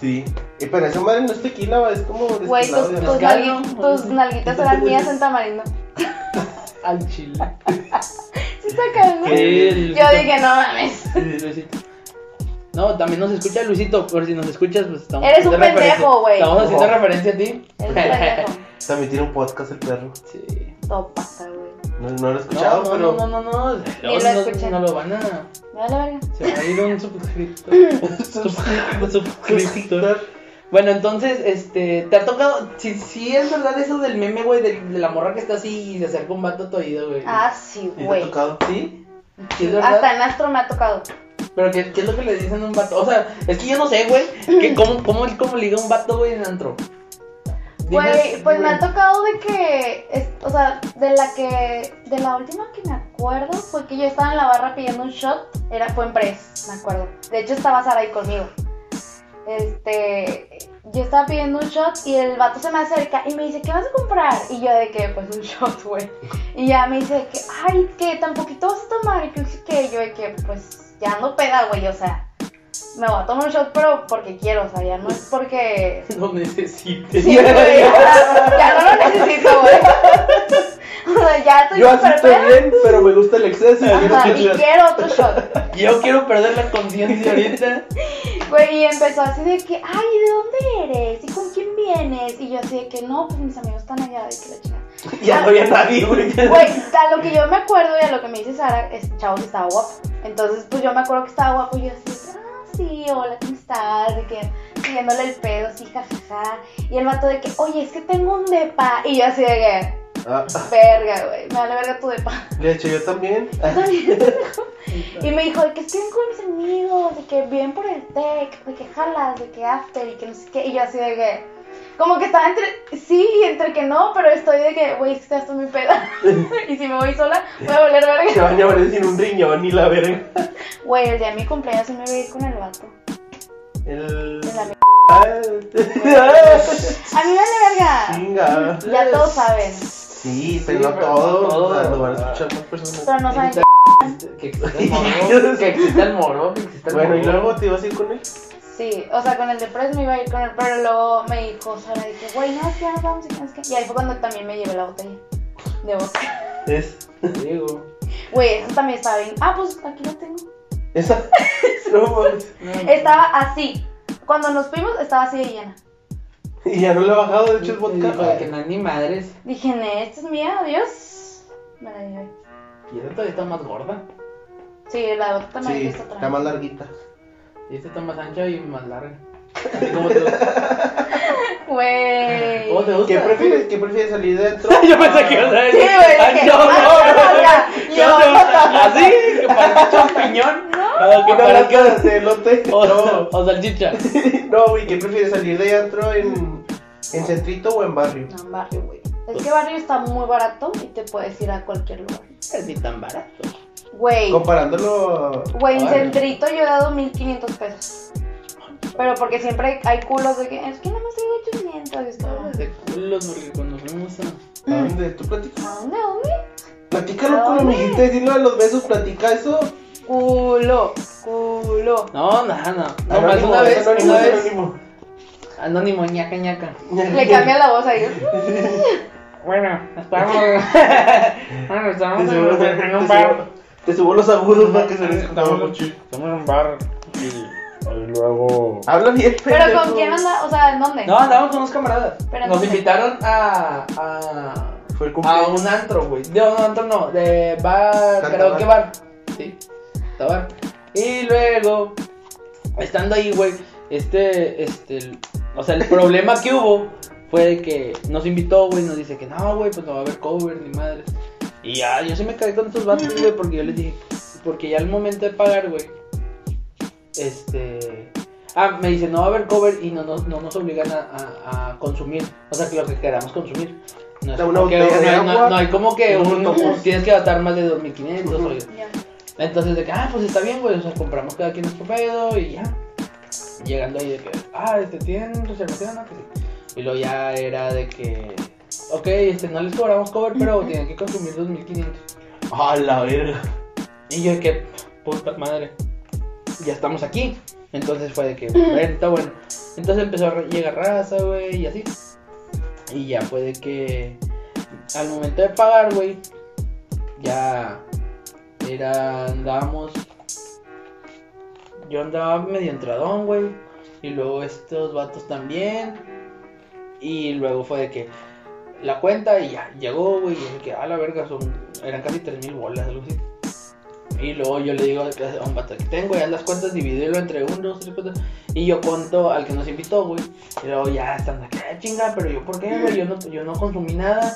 S2: Sí. Eh, pero esa madre no es tequila, va, es como
S1: Güey,
S2: destilado
S1: tus,
S2: de
S1: tus
S2: mezcal.
S3: mezcal,
S1: nalgui-
S3: ¿no?
S1: tus nalguitas eran mías en tamarindo.
S3: Al chile.
S1: Sí, está cabrón.
S2: ¿Qué?
S1: Yo dije, no mames.
S3: Sí, sí, sí. No, también nos escucha Luisito, por si nos escuchas, pues estamos
S1: Eres
S3: haciendo
S1: un pendejo,
S3: referencia-
S1: güey.
S3: Estamos haciendo
S2: Ojo.
S3: referencia a ti.
S1: Es un pendejo.
S2: También tiene un podcast el perro.
S3: Sí.
S1: Todo pasa, güey.
S2: No, no lo he
S3: No,
S2: escuchado,
S3: no,
S2: pero.
S3: no, no, no, no.
S1: Ni lo
S3: no,
S1: escuchan.
S3: no lo van a.
S1: Me da la verga.
S3: Se va a ir un suscriptor. Suscriptor, suscriptor.
S2: Suscriptor.
S3: Bueno, entonces, este, te ha tocado, si, si es verdad eso del meme, güey, del- de, la morra que está así y se acerca un vato a tu oído, güey.
S1: Ah, sí,
S2: ¿Y te ha
S1: güey.
S2: tocado?
S3: ¿Sí? ¿Sí es verdad?
S1: Hasta en Astro me ha tocado.
S3: Pero ¿qué, qué es lo que le dicen a un vato? O sea, es que yo no sé, güey, que cómo, cómo, cómo liga un vato, güey, en antro.
S1: Güey,
S3: Dinos,
S1: pues me
S3: güey.
S1: ha tocado de que, es- o sea, de la que, de la última que me acuerdo fue que yo estaba en la barra pidiendo un shot, era, fue en Press, me acuerdo. De hecho estaba Sara ahí conmigo. Este, yo estaba pidiendo un shot y el vato se me acerca y me dice, ¿qué vas a comprar? Y yo de que, pues un shot, güey. Y ya me dice que, ay, que tan poquito vas a tomar y que, no sé qué. yo de que, pues ya ando peda, güey, o sea. Me voy a tomar un shot, pero porque quiero, o sea, ya no es porque
S3: No necesites.
S1: Sí, güey, ya, ya no lo necesito, güey. O sea, ya estoy
S2: Yo así
S1: súper
S2: estoy
S1: peda.
S2: bien, pero me gusta el exceso. y quiero
S1: Ajá, y
S2: escuchar.
S1: quiero otro shot.
S3: Yo quiero perder la conciencia ahorita.
S1: Güey, y empezó así de que, ay, ¿de dónde eres? ¿Y con quién vienes? Y yo así de que, no, pues mis amigos están allá, de que la chingada.
S2: Ya no había nadie, güey.
S1: Güey, a lo que yo me acuerdo y a lo que me dice Sara, es chavo que estaba guapo. Entonces, pues yo me acuerdo que estaba guapo y yo así, ah, sí, hola, ¿cómo estás? De que siguiéndole el pedo, sí, jajaja. Y el vato de que, oye, es que tengo un depa. Y yo así de que,
S2: Ah,
S1: verga, güey, me vale verga tu depa.
S2: de hecho, yo también.
S1: Y me dijo, de que estoy con mis amigos, de que bien por el tech, de que jalas, de que after, y que no sé qué. Y yo así de que, como que estaba entre sí y entre que no, pero estoy de que, güey, es que estoy muy peda. y si me voy sola, voy a volver
S2: Se
S1: verga.
S2: van a ver sin un riñón y la verga.
S1: Güey, el día de mi cumpleaños sí me voy a ir con el vato.
S2: El.
S1: de la mi-
S2: Ah,
S1: A mí me vale verga.
S2: Chinga.
S1: Ya todos saben,
S2: Sí,
S3: Sí,
S2: pero no
S3: pero no
S2: todo.
S3: todo.
S2: O sea, Lo van a escuchar más personas.
S1: pero no saben que
S3: Que exista el morbo. Que exista el morbo. Que exista el
S2: Bueno, y
S3: morbo.
S2: luego te ibas a ir con él.
S1: sí. O sea, con el de Press me iba a ir con él, pero luego me dijo, o sea, me dije, güey, no, es que ya nos vamos y que no es que. Y ahí fue cuando también me llevé la botella de vodka.
S2: Es.
S3: Digo.
S1: Güey, eso también estaba bien. Ah, pues aquí lo tengo.
S2: Esa. No mames.
S1: Estaba así. Cuando nos fuimos, estaba así de llena.
S2: Y ya no le he bajado, de hecho es
S3: Sí, Para que
S2: vodka.
S3: no ni madres.
S1: Dije, "Ne, esta es mía, adiós. Me la llevé.
S3: Y esta todavía está más gorda.
S1: Sí, la otra también
S2: Sí,
S1: está atrás.
S2: la más larguita.
S3: Y esta está más ancha y más larga. Así como tú.
S1: Güey.
S3: ¿Cómo te gusta?
S2: ¿Qué prefieres? ¿Qué prefieres salir de dentro?
S3: Yo pensé que ibas a decir.
S1: Sí, güey,
S3: "Ay,
S1: dije,
S3: no, no,
S1: "Ay,
S3: no,
S1: no,
S3: no".
S1: ya,
S3: ¿Qué
S1: yo,
S3: onda?
S1: no, no,
S3: ¿Así? ¿Que parece champiñón? ¿O que
S2: ¿Qué tal
S3: parezca-
S2: de elote?
S3: O o salchicha.
S2: No, güey, ¿qué prefieres salir de antro en, en centrito o en barrio?
S1: No, en barrio, güey. Es que barrio está muy barato y te puedes ir a cualquier lugar.
S3: Es ni tan barato.
S1: Güey.
S2: Comparándolo.
S1: Güey, en
S3: Vale.
S1: centrito yo he dado 1500 pesos. Pero porque siempre hay culos de que es que no me tengo 800. Y es como,
S3: De culos, porque cuando fuimos a.
S2: ¿A
S3: Mm.
S2: dónde? ¿Tú platicas?
S1: ¿A dónde, a dónde?
S2: Platícalo con la
S1: ¿Dónde?
S2: amiguita y dilo de los besos, platica eso.
S1: Culo, culo.
S3: No, nada, no. No, más
S2: Anónimo,
S3: una vez,
S2: anónimo,
S3: una vez.
S2: anónimo.
S3: Anónimo, ñaca, ñaca.
S1: Le cambia la voz ahí.
S3: Bueno, estamos. bueno,
S2: Te
S3: estamos
S2: subo, te
S3: en un
S2: subo-
S3: bar.
S2: te subo los agudos para que se les escuchaba mucho.
S3: Estamos en un bar. Y luego.
S2: Habla bien,
S1: Pero
S2: pendejo.
S1: con quién anda, o sea, ¿en dónde?
S3: No, andamos con unos camaradas.
S1: Pero
S3: Nos
S1: no sé.
S3: invitaron a. a...
S2: Fue el
S3: A
S2: cumpleaños.
S3: un antro, güey. De un antro no, de bar,
S2: Canta
S3: karaoke bar. Sí, está bar. Y luego, estando ahí, güey, este, este, el- o sea, el problema que hubo fue de que nos invitó, güey, nos dice que no, güey, pues no va a haber cover ni madres. Y ya, yo sí me cagué con estos vatos, güey, porque yo les dije, porque ya al momento de pagar, güey, este. Ah, me dice, no va a haber cover y no, nos- no nos obligan a, a- a consumir. O sea, que lo que queramos consumir. No, es
S2: Da una
S3: como que-
S2: botella de
S3: no hay- no-
S2: agua,
S3: no hay como que
S2: un
S3: un-
S2: autobús.
S3: tienes que gastar más de 2.500.
S2: Ujú.
S3: oye.
S1: Ya.
S3: Entonces, de que, ah, pues está bien, güey. O sea, compramos cada quien nuestro pedo y ya. Llegando ahí de que, ah, este, ¿tienen reservación? No, que sí. Y luego ya era de que, ok, este, no les cobramos cover, pero tienen que consumir 2.500.
S2: A la verga.
S3: Y yo de que, puta madre, ya estamos aquí. Entonces fue de que, bueno, está bueno. Entonces empezó a llegar raza, güey, y así. Y ya fue de que, al momento de pagar, güey, ya era, andábamos yo andaba medio entradón, güey. Y luego estos vatos también. Y luego fue de que la cuenta y ya llegó, güey. Y de que, a la verga, son, eran casi 3000 bolas, algo así. Y luego yo le digo a un vato que tengo, ya las cuentas, dividirlo entre uno, dos, tres, cuatro. Y yo cuento al que nos invitó, güey. Y luego ya están acá, "Ah, chinga, pero yo, ¿por qué, güey? Yo no, yo no consumí nada.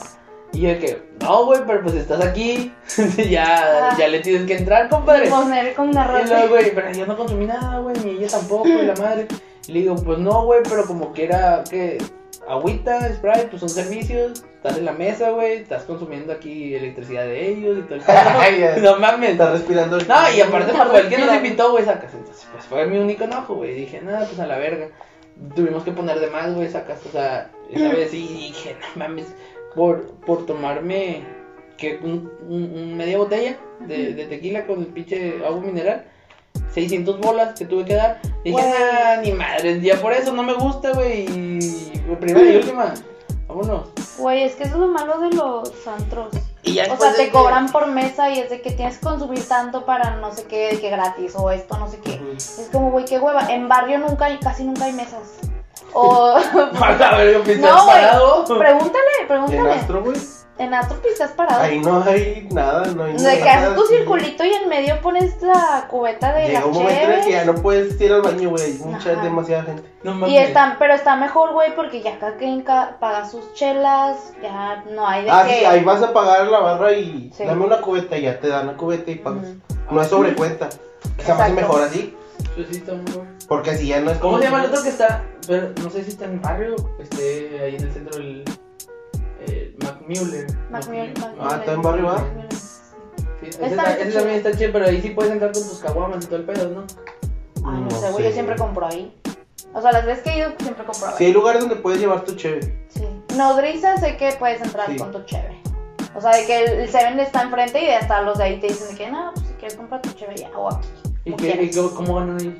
S3: Y yo de que, no, güey, pero pues estás aquí. ya, ya le tienes que entrar, compadre.
S1: Poner con una
S3: Y luego,
S1: rosa.
S3: güey, pero yo no consumí nada, güey, ni ella tampoco, y la madre. Y le digo, pues no, güey, pero como que era, que agüita, Sprite, pues son servicios, estás en la mesa, güey, estás consumiendo aquí electricidad de ellos y todo el pedo. No mames.
S2: Está respirando.
S3: No, y aparte,
S1: Está
S3: para el que nos
S1: respirando.
S3: invitó, güey, sacas. Entonces, pues fue mi único enojo, güey. Dije, nada, pues a la verga. Tuvimos que poner de más, güey, sacas. O sea, esa vez sí dije, no mames, por, por tomarme que un, un- un media botella de, de tequila con el pinche agua mineral. 600 bolas que tuve que dar. Dije,
S1: Güey.
S3: ah, ni madre, ya por eso no me gusta, güey. Y primera y última, vámonos.
S1: Güey, es que eso es lo malo de los antros.
S3: Y ya
S1: O
S3: después
S1: sea,
S3: de
S1: te
S3: que-
S1: cobran por mesa y es de que tienes que consumir tanto para no sé qué, de que gratis o esto, no sé qué. Es como, güey, qué hueva. En barrio nunca hay, casi nunca hay mesas. O.
S3: A la verga, pinche
S1: No, güey.
S3: parado.
S1: pregúntale,
S2: En
S1: pregúntale.
S2: astro, güey.
S1: En Astro pues, estás parado.
S2: Ahí no hay nada, no hay nada.
S1: de que haces tu circulito y en medio pones la cubeta de
S2: Llega
S1: la
S2: un momento en el que ya no puedes ir al baño, güey. hay Mucha,
S1: Ajá.
S2: demasiada gente.
S3: No
S1: Y está, pero está mejor, güey, porque ya cada quien ca- paga sus chelas, ya no hay de
S2: Ah,
S1: que...
S2: sí, ahí vas a pagar la barra y
S1: Sí.
S2: dame una cubeta y ya te dan la cubeta y pagas.
S1: Ujú.
S2: No es sobrecuenta. Que se me hace
S1: Exacto.
S2: mejor así.
S3: Pues sí, está muy bueno.
S2: Porque así ya no es
S3: ¿Cómo
S2: como-
S3: se llama el otro que está? Pero no sé si está en el barrio, esté ahí en el centro del. Eh, Macmiller.
S1: Macmillan- Macmillan.
S2: Ah, está en barrio, ¿va?
S3: Sí, ese,
S1: Está
S3: está- ese
S1: chido.
S3: también está chido, pero ahí sí puedes entrar con tus caguamas y todo el pedo, ¿no?
S1: Ay, no sé, güey, yo siempre compro ahí. O sea, las veces que he ido, siempre compro ahí.
S2: Si hay lugares donde puedes llevar tu cheve.
S1: Sí. Nodriza sé que puedes entrar
S2: Sí.
S1: con tu cheve. O sea, de que el, el Seven está enfrente y hasta los de ahí te dicen de que, no, pues si quieres comprar tu cheve ya, o aquí.
S3: ¿Y,
S1: como
S3: qué, y
S1: quieras".
S3: cómo- cómo ganan ellos?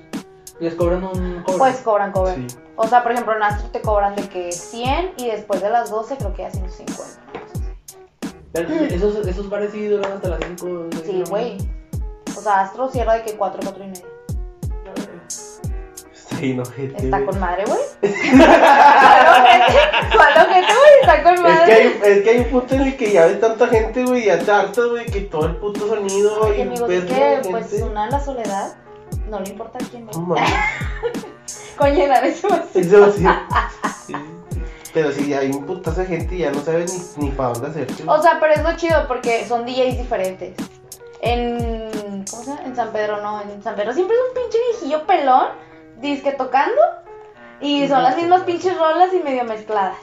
S3: ¿Les cobran un cobro?
S1: Pues cobran cover.
S2: Sí.
S1: O sea, por ejemplo, en Astro te cobran de que 100 y después de las 12 creo que ya 150.
S3: Pero esos, esos bares sí duran hasta las 5.
S1: mm. Sí, güey. O sea, Astro cierra de que 4, 4 y media.
S2: Está ahí, no, gente.
S1: Está con madre, güey. ¿Cuál ojete? ¿Cuál ojete, güey? Está con
S2: Es que,
S1: madre.
S2: hay, es que hay un punto en el que ya ves tanta gente, güey, ya te hartas, güey, que todo el puto sonido
S1: Oye,
S2: y
S1: amigos, es
S2: verga
S1: que
S2: de
S1: pues
S2: gente.
S1: una la soledad no le importa a quién va.
S2: No mames.
S1: Con llenar ese vacío.
S2: Eso sí. Sí. Pero si hay un putazo de gente y ya no sabes ni, ni para dónde hacerte. güey.
S1: O sea, pero es lo chido porque son DJs diferentes. En. ¿Cómo se llama? En San Pedro, no. En San Pedro siempre es un pinche viejillo pelón, disque tocando. Y son las mismas pinches rolas y medio mezcladas.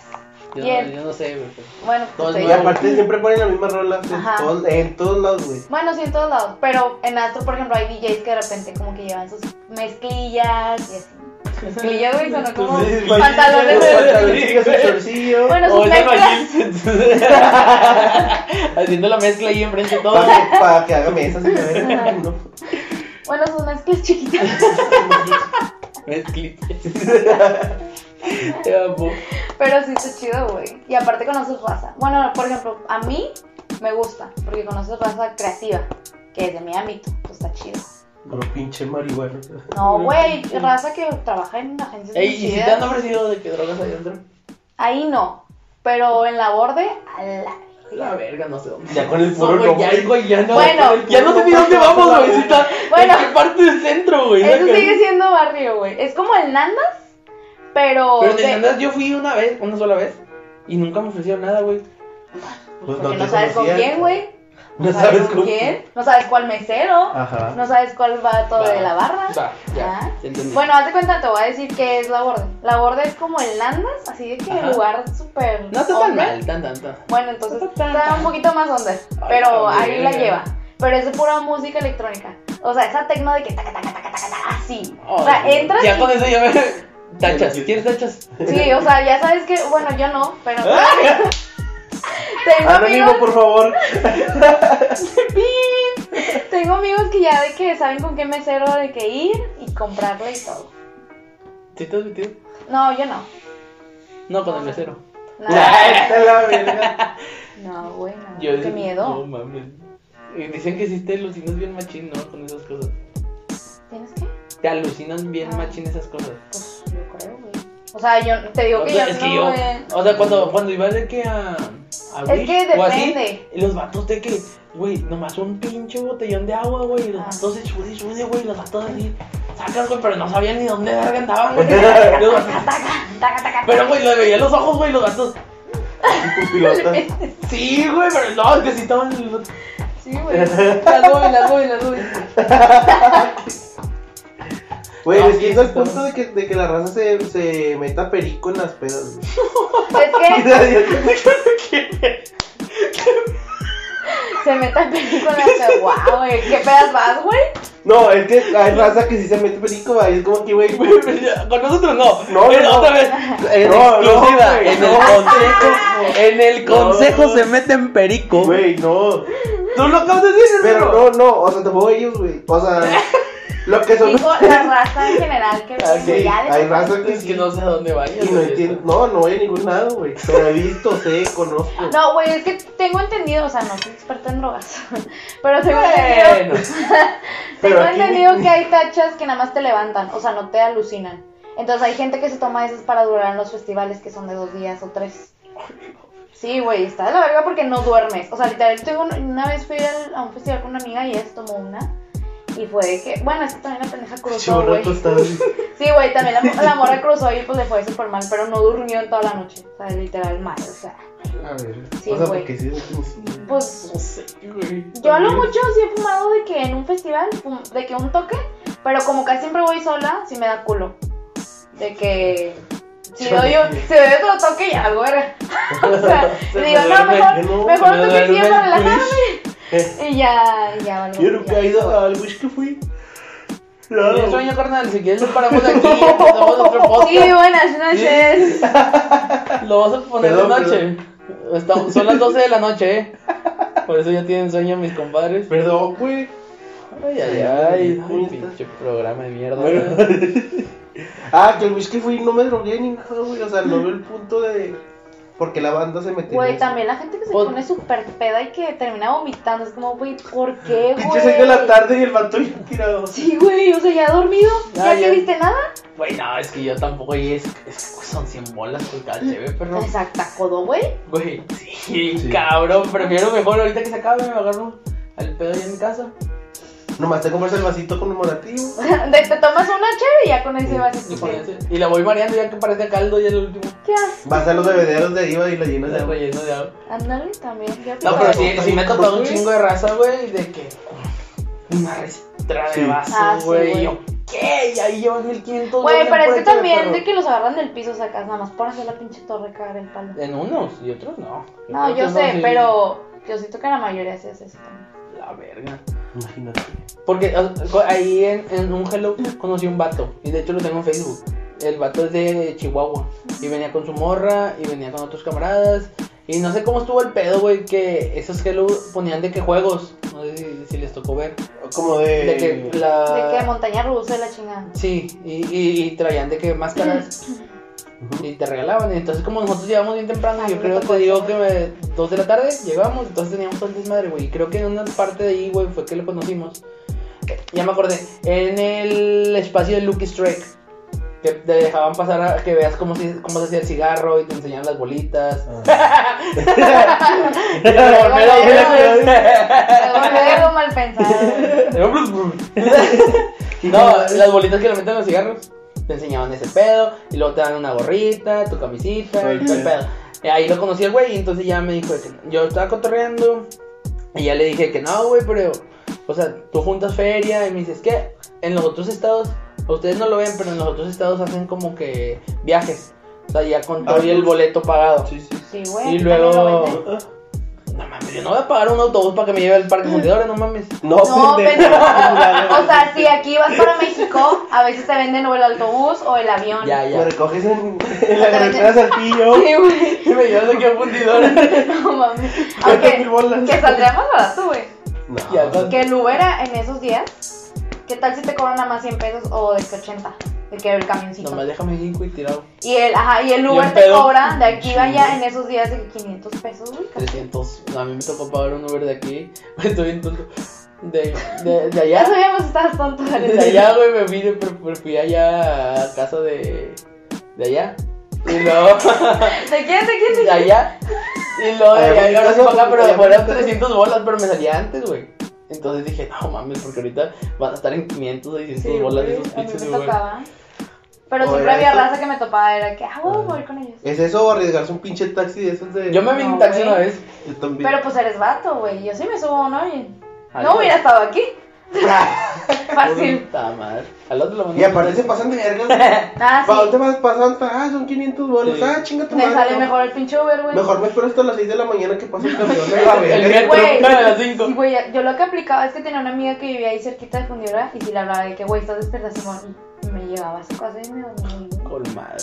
S3: Yo,
S1: Bien.
S3: no- yo no sé, güey. pero-
S1: Bueno,
S3: Todo
S1: pues,
S3: es
S1: te
S2: y
S1: digo.
S3: nuevo.
S2: aparte siempre ponen la misma rola en,
S1: Ajá.
S2: todos- en todos lados, güey.
S1: Bueno, sí, en todos lados. Pero en Astro, por ejemplo, hay DJs que de repente como que llevan sus mezclillas y así. Mezclillas, güey, son como
S3: Sí, sí,
S1: pantalones
S3: sí, sí, sí.
S1: de...
S2: Pantalones de chorcillo.
S1: Bueno, sus
S3: O el
S1: mezclas.
S3: albañil. Haciendo la mezcla ahí enfrente de todos.
S2: Para que, pa' que haga mesas y me
S1: Ajá.
S2: vean. No.
S1: Bueno, sus mezclas chiquitas.
S3: Mezclita. Te amo.
S1: Pero sí está chido, güey. Y aparte conoces raza. Bueno, por ejemplo, a mí me gusta porque conoces raza creativa, que es de mi ámbito. Pues está chido.
S2: Puro pinche marihuana.
S1: No, güey, raza que trabaja en agencias
S3: Ey, ¿y si te han
S1: publicidad.
S3: ofrecido de que drogas hay dentro?
S1: Ahí no. Pero en la borde, a la...
S3: La verga, no sé dónde.
S2: Ya con el
S3: No,
S2: puro
S3: güey,
S2: nombre.
S3: ya, güey, ya no.
S1: Bueno.
S3: ya no sé ni dónde vamos, güey. Si está-
S1: Bueno.
S3: ¿En qué parte del centro, güey?
S1: Eso
S3: Saca.
S1: sigue siendo barrio, güey. Es como el Nandas, pero.
S3: Pero en
S1: de-
S3: el Andas yo fui una vez, una sola vez. Y nunca me ofrecieron nada, güey.
S2: Pues
S1: Porque no,
S2: te
S1: sabes con
S2: conocían.
S1: quién, güey.
S2: No sabes con
S1: quién. No sabes cuál mesero.
S2: Ajá.
S1: No sabes cuál va todo de la barra.
S3: Va, ya.
S1: Ah.
S3: te entendí.
S1: Bueno, hazte cuenta, te voy a decir qué es la borde. La borde es como el Nandas, así de que
S3: Ajá.
S1: lugar súper.
S3: no está tan
S1: under.
S3: mal, tan, tan, tan.
S1: Bueno, entonces
S3: No está tan
S1: está
S3: mal.
S1: un poquito más onda,
S3: Ay,
S1: pero
S3: está
S1: ahí la
S3: bien.
S1: lleva. Pero es de pura música electrónica. O sea, esa tecno de que taca, taca, taca, taca, taca, así. o sea,
S3: Ay,
S1: entras
S3: Ya
S1: y-
S3: con eso ya me. Tachas, ¿quieres tachas?
S1: Sí, o sea, ya sabes que, bueno, yo no, pero
S3: Ah.
S1: tengo
S2: Anónimo,
S1: amigos,
S2: por favor.
S1: ¡Pip! tengo amigos que ya de que saben con qué mesero de que ir y comprarle y todo.
S3: ¿Sí te has metido?
S1: No, yo no.
S3: No, con el mesero.
S1: Nada.
S2: Está la verga.
S1: No, güey, no.
S3: Yo-
S1: Qué
S3: No
S1: miedo.
S3: mames. Y Dicen que sí te ilusionas bien machín, ¿no? Con esas cosas.
S1: ¿Tienes qué?
S3: Te alucinan bien
S1: Ah.
S3: machín esas cosas.
S1: Pues yo creo, güey. O sea, yo te digo que yo
S3: es
S1: no,
S3: que yo,
S1: güey.
S3: o sea, cuando, cuando iba de que a, a
S1: Es que
S3: Wish o así,
S1: depende.
S3: y los vatos de que, güey, nomás un pinche botellón de agua, güey, y los
S1: Ah.
S3: vatos se sube y sube, güey, y los vatos así, sacan, güey, pero no sabían ni dónde verga andaban, güey. Y los vatos-
S1: Taca, taca,
S3: pero, güey, les veía los ojos, güey, los vatos,
S2: Tu pilota.
S3: sí, güey, pero no, es que sí estaban, las
S1: Sí, güey.
S3: doy, las doy, las doy.
S2: Güey, les
S3: Así
S2: quito el
S3: está.
S2: punto de que, de que la raza se, se meta perico en las pedas. güey.
S1: Es que se meta el película y dice, wow, güey, ¿qué pedas vas, güey?
S2: no, es que hay raza que sí se mete perico, güey. Es como que, güey, güey.
S3: Con nosotros no,
S2: No,
S3: pero
S2: no.
S3: otra vez, en
S2: No, no,
S3: exclusiva,
S2: güey,
S3: en
S2: no.
S3: el consejo, en el
S2: No.
S3: consejo se meten perico.
S2: Güey, no.
S3: Tú lo acabas de decir,
S2: Pero no, no, o sea, tampoco ellos, güey. O sea, lo que son. Ah,
S1: Digo, la raza en general que
S3: Ah,
S2: Sí,
S1: güey, ya de-
S2: hay raza que
S3: Es que
S2: sí.
S3: no sé a dónde vayas.
S2: Y no entiendo. No, no voy a ningún lado, güey. Pero he visto, sé, conozco.
S1: No, güey, es que tengo entendido, o sea, no soy experta en drogas, pero tengo entendido,
S3: Bueno,
S2: pero
S1: tengo
S2: aquí-
S1: entendido que hay tachas que nada más te levantan, o sea, no te alucinan. Entonces hay gente que se toma esas para durar en los festivales que son de dos días o tres. Sí, güey, está de la verga porque no duermes. O sea, literal, tengo un- una vez fui al- a un festival con una amiga y ella se tomó una. Y fue de que, bueno, es que también la pendeja cruzó,
S2: Chorro
S1: güey.
S2: tostado.
S1: Sí, güey, también la, la morra cruzó y pues le fue súper mal, pero no durmió en toda la noche. O sea, literal mal, o sea.
S2: A ver.
S1: Sí,
S2: o sea,
S1: güey.
S2: porque sí, es como si-
S1: Pues
S3: no sé, güey.
S1: yo a lo mucho sí he fumado de que en un festival, fum- de que un toque, pero como casi siempre voy sola, sí me da culo. De que si doy, un- si doy otro toque ya algo era. O sea,
S3: Se me
S1: digo, no,
S3: duerme
S1: mejor,
S2: el culo,
S1: mejor
S3: se me
S1: un toquecillo
S3: duerme
S1: para
S3: el
S1: relajarme. Y ya, ya algo.
S2: Yo nunca he ido al wish que fui. No,
S3: Yo sueño, carnal, si quieres lo paramos aquí, empezamos otro podcast.
S1: Sí, buenas noches.
S3: Lo vas a poner
S2: Perdón,
S3: de noche. Estamos- son las 12 de la noche, eh. Por eso ya tienen sueño mis compadres.
S2: Perdón, güey.
S3: Ay, ay, ay, ay, pinche programa de mierda. güey.
S2: Ah, que el wish que fui no me drogué ni nada, güey. O sea, no veo el punto de. Porque la banda se metió.
S1: Güey, también la gente que se
S3: Pues-
S1: pone súper peda y que termina vomitando. Es como, güey, ¿por qué, güey?
S2: Pinche 6 de la tarde y el vato ya tirado.
S1: Sí, güey, o sea, ya dormido.
S3: Ah,
S1: ¿Ya, que
S3: ya.
S1: viste nada?
S3: Güey, no, es que yo tampoco, y es, es que son 100 bolas por cada cheve, perro.
S1: Exacto, codo, güey.
S3: Güey, Pues, sí, cabrón, prefiero mejor ahorita que se acabe, me agarro al pedo ya en mi casa.
S2: Nomás te compras el vasito conmemorativo.
S1: De- te tomas una chévere y ya con ese vas a
S3: Y, con ese- y la voy mareando ya que parece caldo, ya el último.
S1: ¿Qué haces?
S2: Vas a los bebederos de arriba y lo llenas de
S3: Está
S2: agua.
S3: relleno de agua.
S1: Ándale también. ya te
S3: No,
S1: vas.
S3: pero pues, sí, sí me ha tocado un chingo de raza, güey, de que una restra
S2: Sí.
S3: de vaso,
S1: Ah, sí,
S3: güey.
S1: güey.
S3: y yo, ¿qué? Y ahí llevas 1500
S1: Güey, pero es que también de
S3: que
S1: que los agarran del piso sacas nada más por hacer la pinche torre cagar el palo.
S3: En unos y otros no.
S1: No,
S3: creo
S1: yo
S3: que
S1: sé,
S3: sí.
S1: pero yo siento que la mayoría sí hace eso también.
S3: La verga.
S2: Imagínate.
S3: Porque o- co- ahí en, en un hello conocí un vato. Y de hecho lo tengo en Facebook. El vato es de Chihuahua. Y venía con su morra. Y venía con otros camaradas. Y no sé cómo estuvo el pedo, güey. Que esos hello ponían de qué juegos. No sé si, si les tocó ver.
S2: Como de.
S3: De
S2: Eh,
S3: que la.
S1: De que montaña rusa y la chingada.
S3: Sí, y, y, y traían de que máscaras
S2: Ujú.
S3: y te regalaban. Entonces, como nosotros llegamos bien temprano,
S1: Ah,
S3: yo
S1: me
S3: creo
S1: tocó
S3: que digo
S1: eso.
S3: que me- dos de la tarde llegamos, entonces teníamos todo el desmadre, güey. Y creo que en una parte de ahí, güey, fue que lo conocimos. Ya me acordé, en el espacio de Lucky Strike, que te dejaban pasar a que veas cómo se, cómo se hacía el cigarro y te enseñaban las bolitas. Y el revolver ahí,
S1: Luego,
S3: güey.
S1: Luego mal pensado.
S3: No, las bolitas que le meten a los cigarros. Te enseñaban ese pedo. Y luego te dan una gorrita, tu camisita,
S2: Ay,
S3: todo el
S2: qué.
S3: pedo. Y ahí lo conocí el güey. Y entonces ya me dijo de que yo estaba cotorreando. Y ya le dije que no, güey, pero. O sea, tú juntas feria. Y me dices que en los otros estados. Ustedes no lo ven, pero en los otros estados hacen como que viajes. O sea, ya con todo y el boleto pagado.
S2: Sí, sí. Ah,
S1: Sí, güey.
S3: Y
S1: aquí también lo
S3: luego-
S1: venden.
S3: No mames, yo no voy a pagar un autobús para que me lleve al parque fundidora, no mames.
S1: No,
S2: No, pendejo.
S1: pendejo. O sea, si aquí vas para México, a veces te venden o el autobús o el avión.
S3: Ya,
S2: Lo
S3: ya.
S2: recoges en, en la carretera Saltillo.
S1: Sí, güey.
S3: Y me llevas aquí a fundidora.
S1: No mames.
S2: Cuesta
S1: Aunque,
S2: mil bolas.
S1: que saldría más barato, güey.
S2: No,
S3: Ya, con-
S1: Que el Uber a- en esos días, ¿qué tal si te cobran nada más 100 pesos o de que 80? De que el camioncito.
S3: Nomás déjame ir y tirado.
S1: y el, ajá, y el
S3: Yo
S1: Uber
S3: en
S1: te
S3: pedo.
S1: cobra de aquí a allá en esos días de que 500 pesos, güey.
S3: 300. A mí me tocó pagar un Uber de aquí. Estoy bien tonto. de, de, de
S1: Ya
S3: allá.
S1: sabíamos que estabas tonto, Alex.
S3: De allá, güey, me vine, pero, pero fui allá a casa de. de allá. Y luego.
S1: ¿De quién? ¿De quién? ¿De
S3: de
S1: quién?
S3: allá. Y luego de
S2: A ver,
S3: allá, y ahora sí
S2: ¿qué
S3: para acá,
S2: pasa?
S3: pero
S2: Ya,
S3: me fueron
S2: pues,
S3: 300 bolas, pero me salía antes, güey. Entonces dije, no mames, porque ahorita van a estar en 500, 600
S1: Sí,
S3: bolas
S1: güey,
S3: de esos
S1: a mí me
S3: pinches, güey.
S1: tocaba. Pero
S2: Oye,
S1: siempre había
S2: esto-
S1: raza que me topaba, era que, ah, voy a mover con ellos.
S2: ¿Es eso o arriesgarse un pinche taxi de esos de.?
S3: Yo me vi en
S1: No,
S3: taxi
S1: güey.
S3: una vez.
S2: Yo también.
S1: Pero pues eres vato, güey. Yo sí me subo a uno y.
S3: Adiós. Ah.
S1: No hubiera estado aquí. Fácil.
S3: Puta madre. Al otro lo mandé
S2: Y
S3: en
S2: aparte se
S3: taxi.
S2: pasan de vergas. güey.
S1: Ah,
S2: ¿Para dónde
S1: sí.
S2: vas pasando? Ah, son 500 bolas.
S3: Sí.
S2: Ah, chinga tu
S1: Me
S2: madre,
S1: sale
S2: no.
S1: mejor el pinche Uber, güey.
S2: Mejor me espero hasta las 6 de la mañana que pase el camión de la
S3: El
S2: verga.
S3: metro,
S1: Güey,
S3: a las 5.
S1: Sí, güey, yo lo que aplicaba es que tenía una amiga que vivía ahí cerquita de Fundidora y si le hablaba de que, güey, estás despierta, Simón, y me llevaba a su casa y me dormía. güey.
S3: Con madre.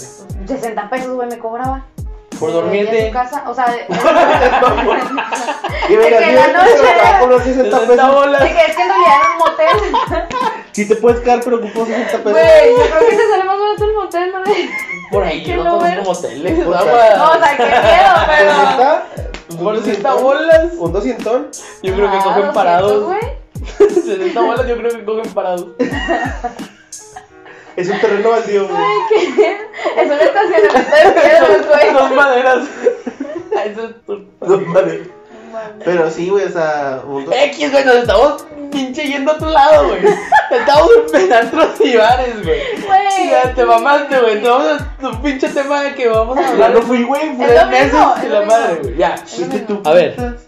S1: 60 pesos, güey, me cobraba.
S3: Por
S1: Me volvía
S3: dormirte.
S1: a su casa, o sea, de-
S2: Y me
S1: que la noche era-
S2: con los 60
S3: 60
S2: pesos.
S1: de
S3: bolas.
S1: que es que en realidad era un motel.
S2: Si te puedes quedar, pero ocupo 60 pesos.
S1: Güey, yo creo que te sale más barato el motel, ¿no?
S3: Por ahí,
S1: que
S3: no
S1: lo
S3: todos
S1: ver-
S3: como moteles.
S2: Puta.
S1: No, o
S3: Vamos.
S1: sea, qué miedo,
S2: Por
S1: pero.
S2: 60,
S3: Por
S2: un
S3: 60
S2: 200,
S3: bolas.
S2: Un 200.
S3: Yo creo que
S1: Ah,
S3: cogen
S1: 200,
S3: parados.
S1: güey.
S3: 60 bolas, yo creo que cogen parados.
S2: Es un terreno vacío, güey.
S1: Ay, qué miedo. Es un estacionamiento de piedras, güey.
S3: Son maderas. Ay, Eso es tu-
S2: No, vale.
S1: No mames.
S2: Pero sí, güey, o sea, un do-
S3: X, güey, nos estamos pinche yendo a tu lado, güey. Estamos en penantros y bares, güey.
S1: Güey.
S3: Ya te mamaste, güey. Te vamos a tu pinche tema de que vamos a
S2: Ya
S3: hablar
S2: no fui, güey.
S1: Es lo
S3: tres meses
S1: mismo,
S3: y
S1: es
S3: la
S1: lo
S3: madre,
S1: mismo.
S3: güey. Ya.
S2: Fuiste tú.
S3: A ver.
S2: putas.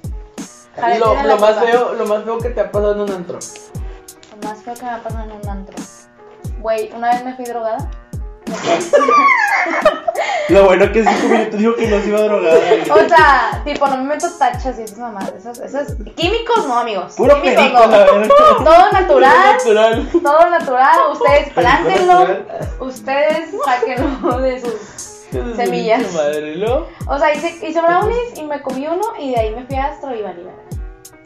S1: Jale,
S3: Lo,
S1: tira
S3: lo
S1: la
S3: más
S1: copa.
S3: feo, lo más feo que te ha pasado en un antro.
S1: Lo más feo que me ha pasado en un antro. Güey, una vez me fui drogada.
S2: Lo bueno que en 5 minutos dijo que nos iba a drogar. güey.
S1: O sea, tipo, no me meto tachas y esas mamás. Esos, esos químicos no, amigos.
S2: Puro
S1: químicos
S2: perico, la verdad.
S1: Todo natural,
S3: Natural.
S1: todo natural. Ustedes plántenlo.
S2: natural.
S1: Ustedes sáquenlo de sus. Semillas.
S3: Pinche Madre, ¿no?
S1: O sea, hice, hice brownies y me comí uno y de ahí me fui a Astro y valí verga.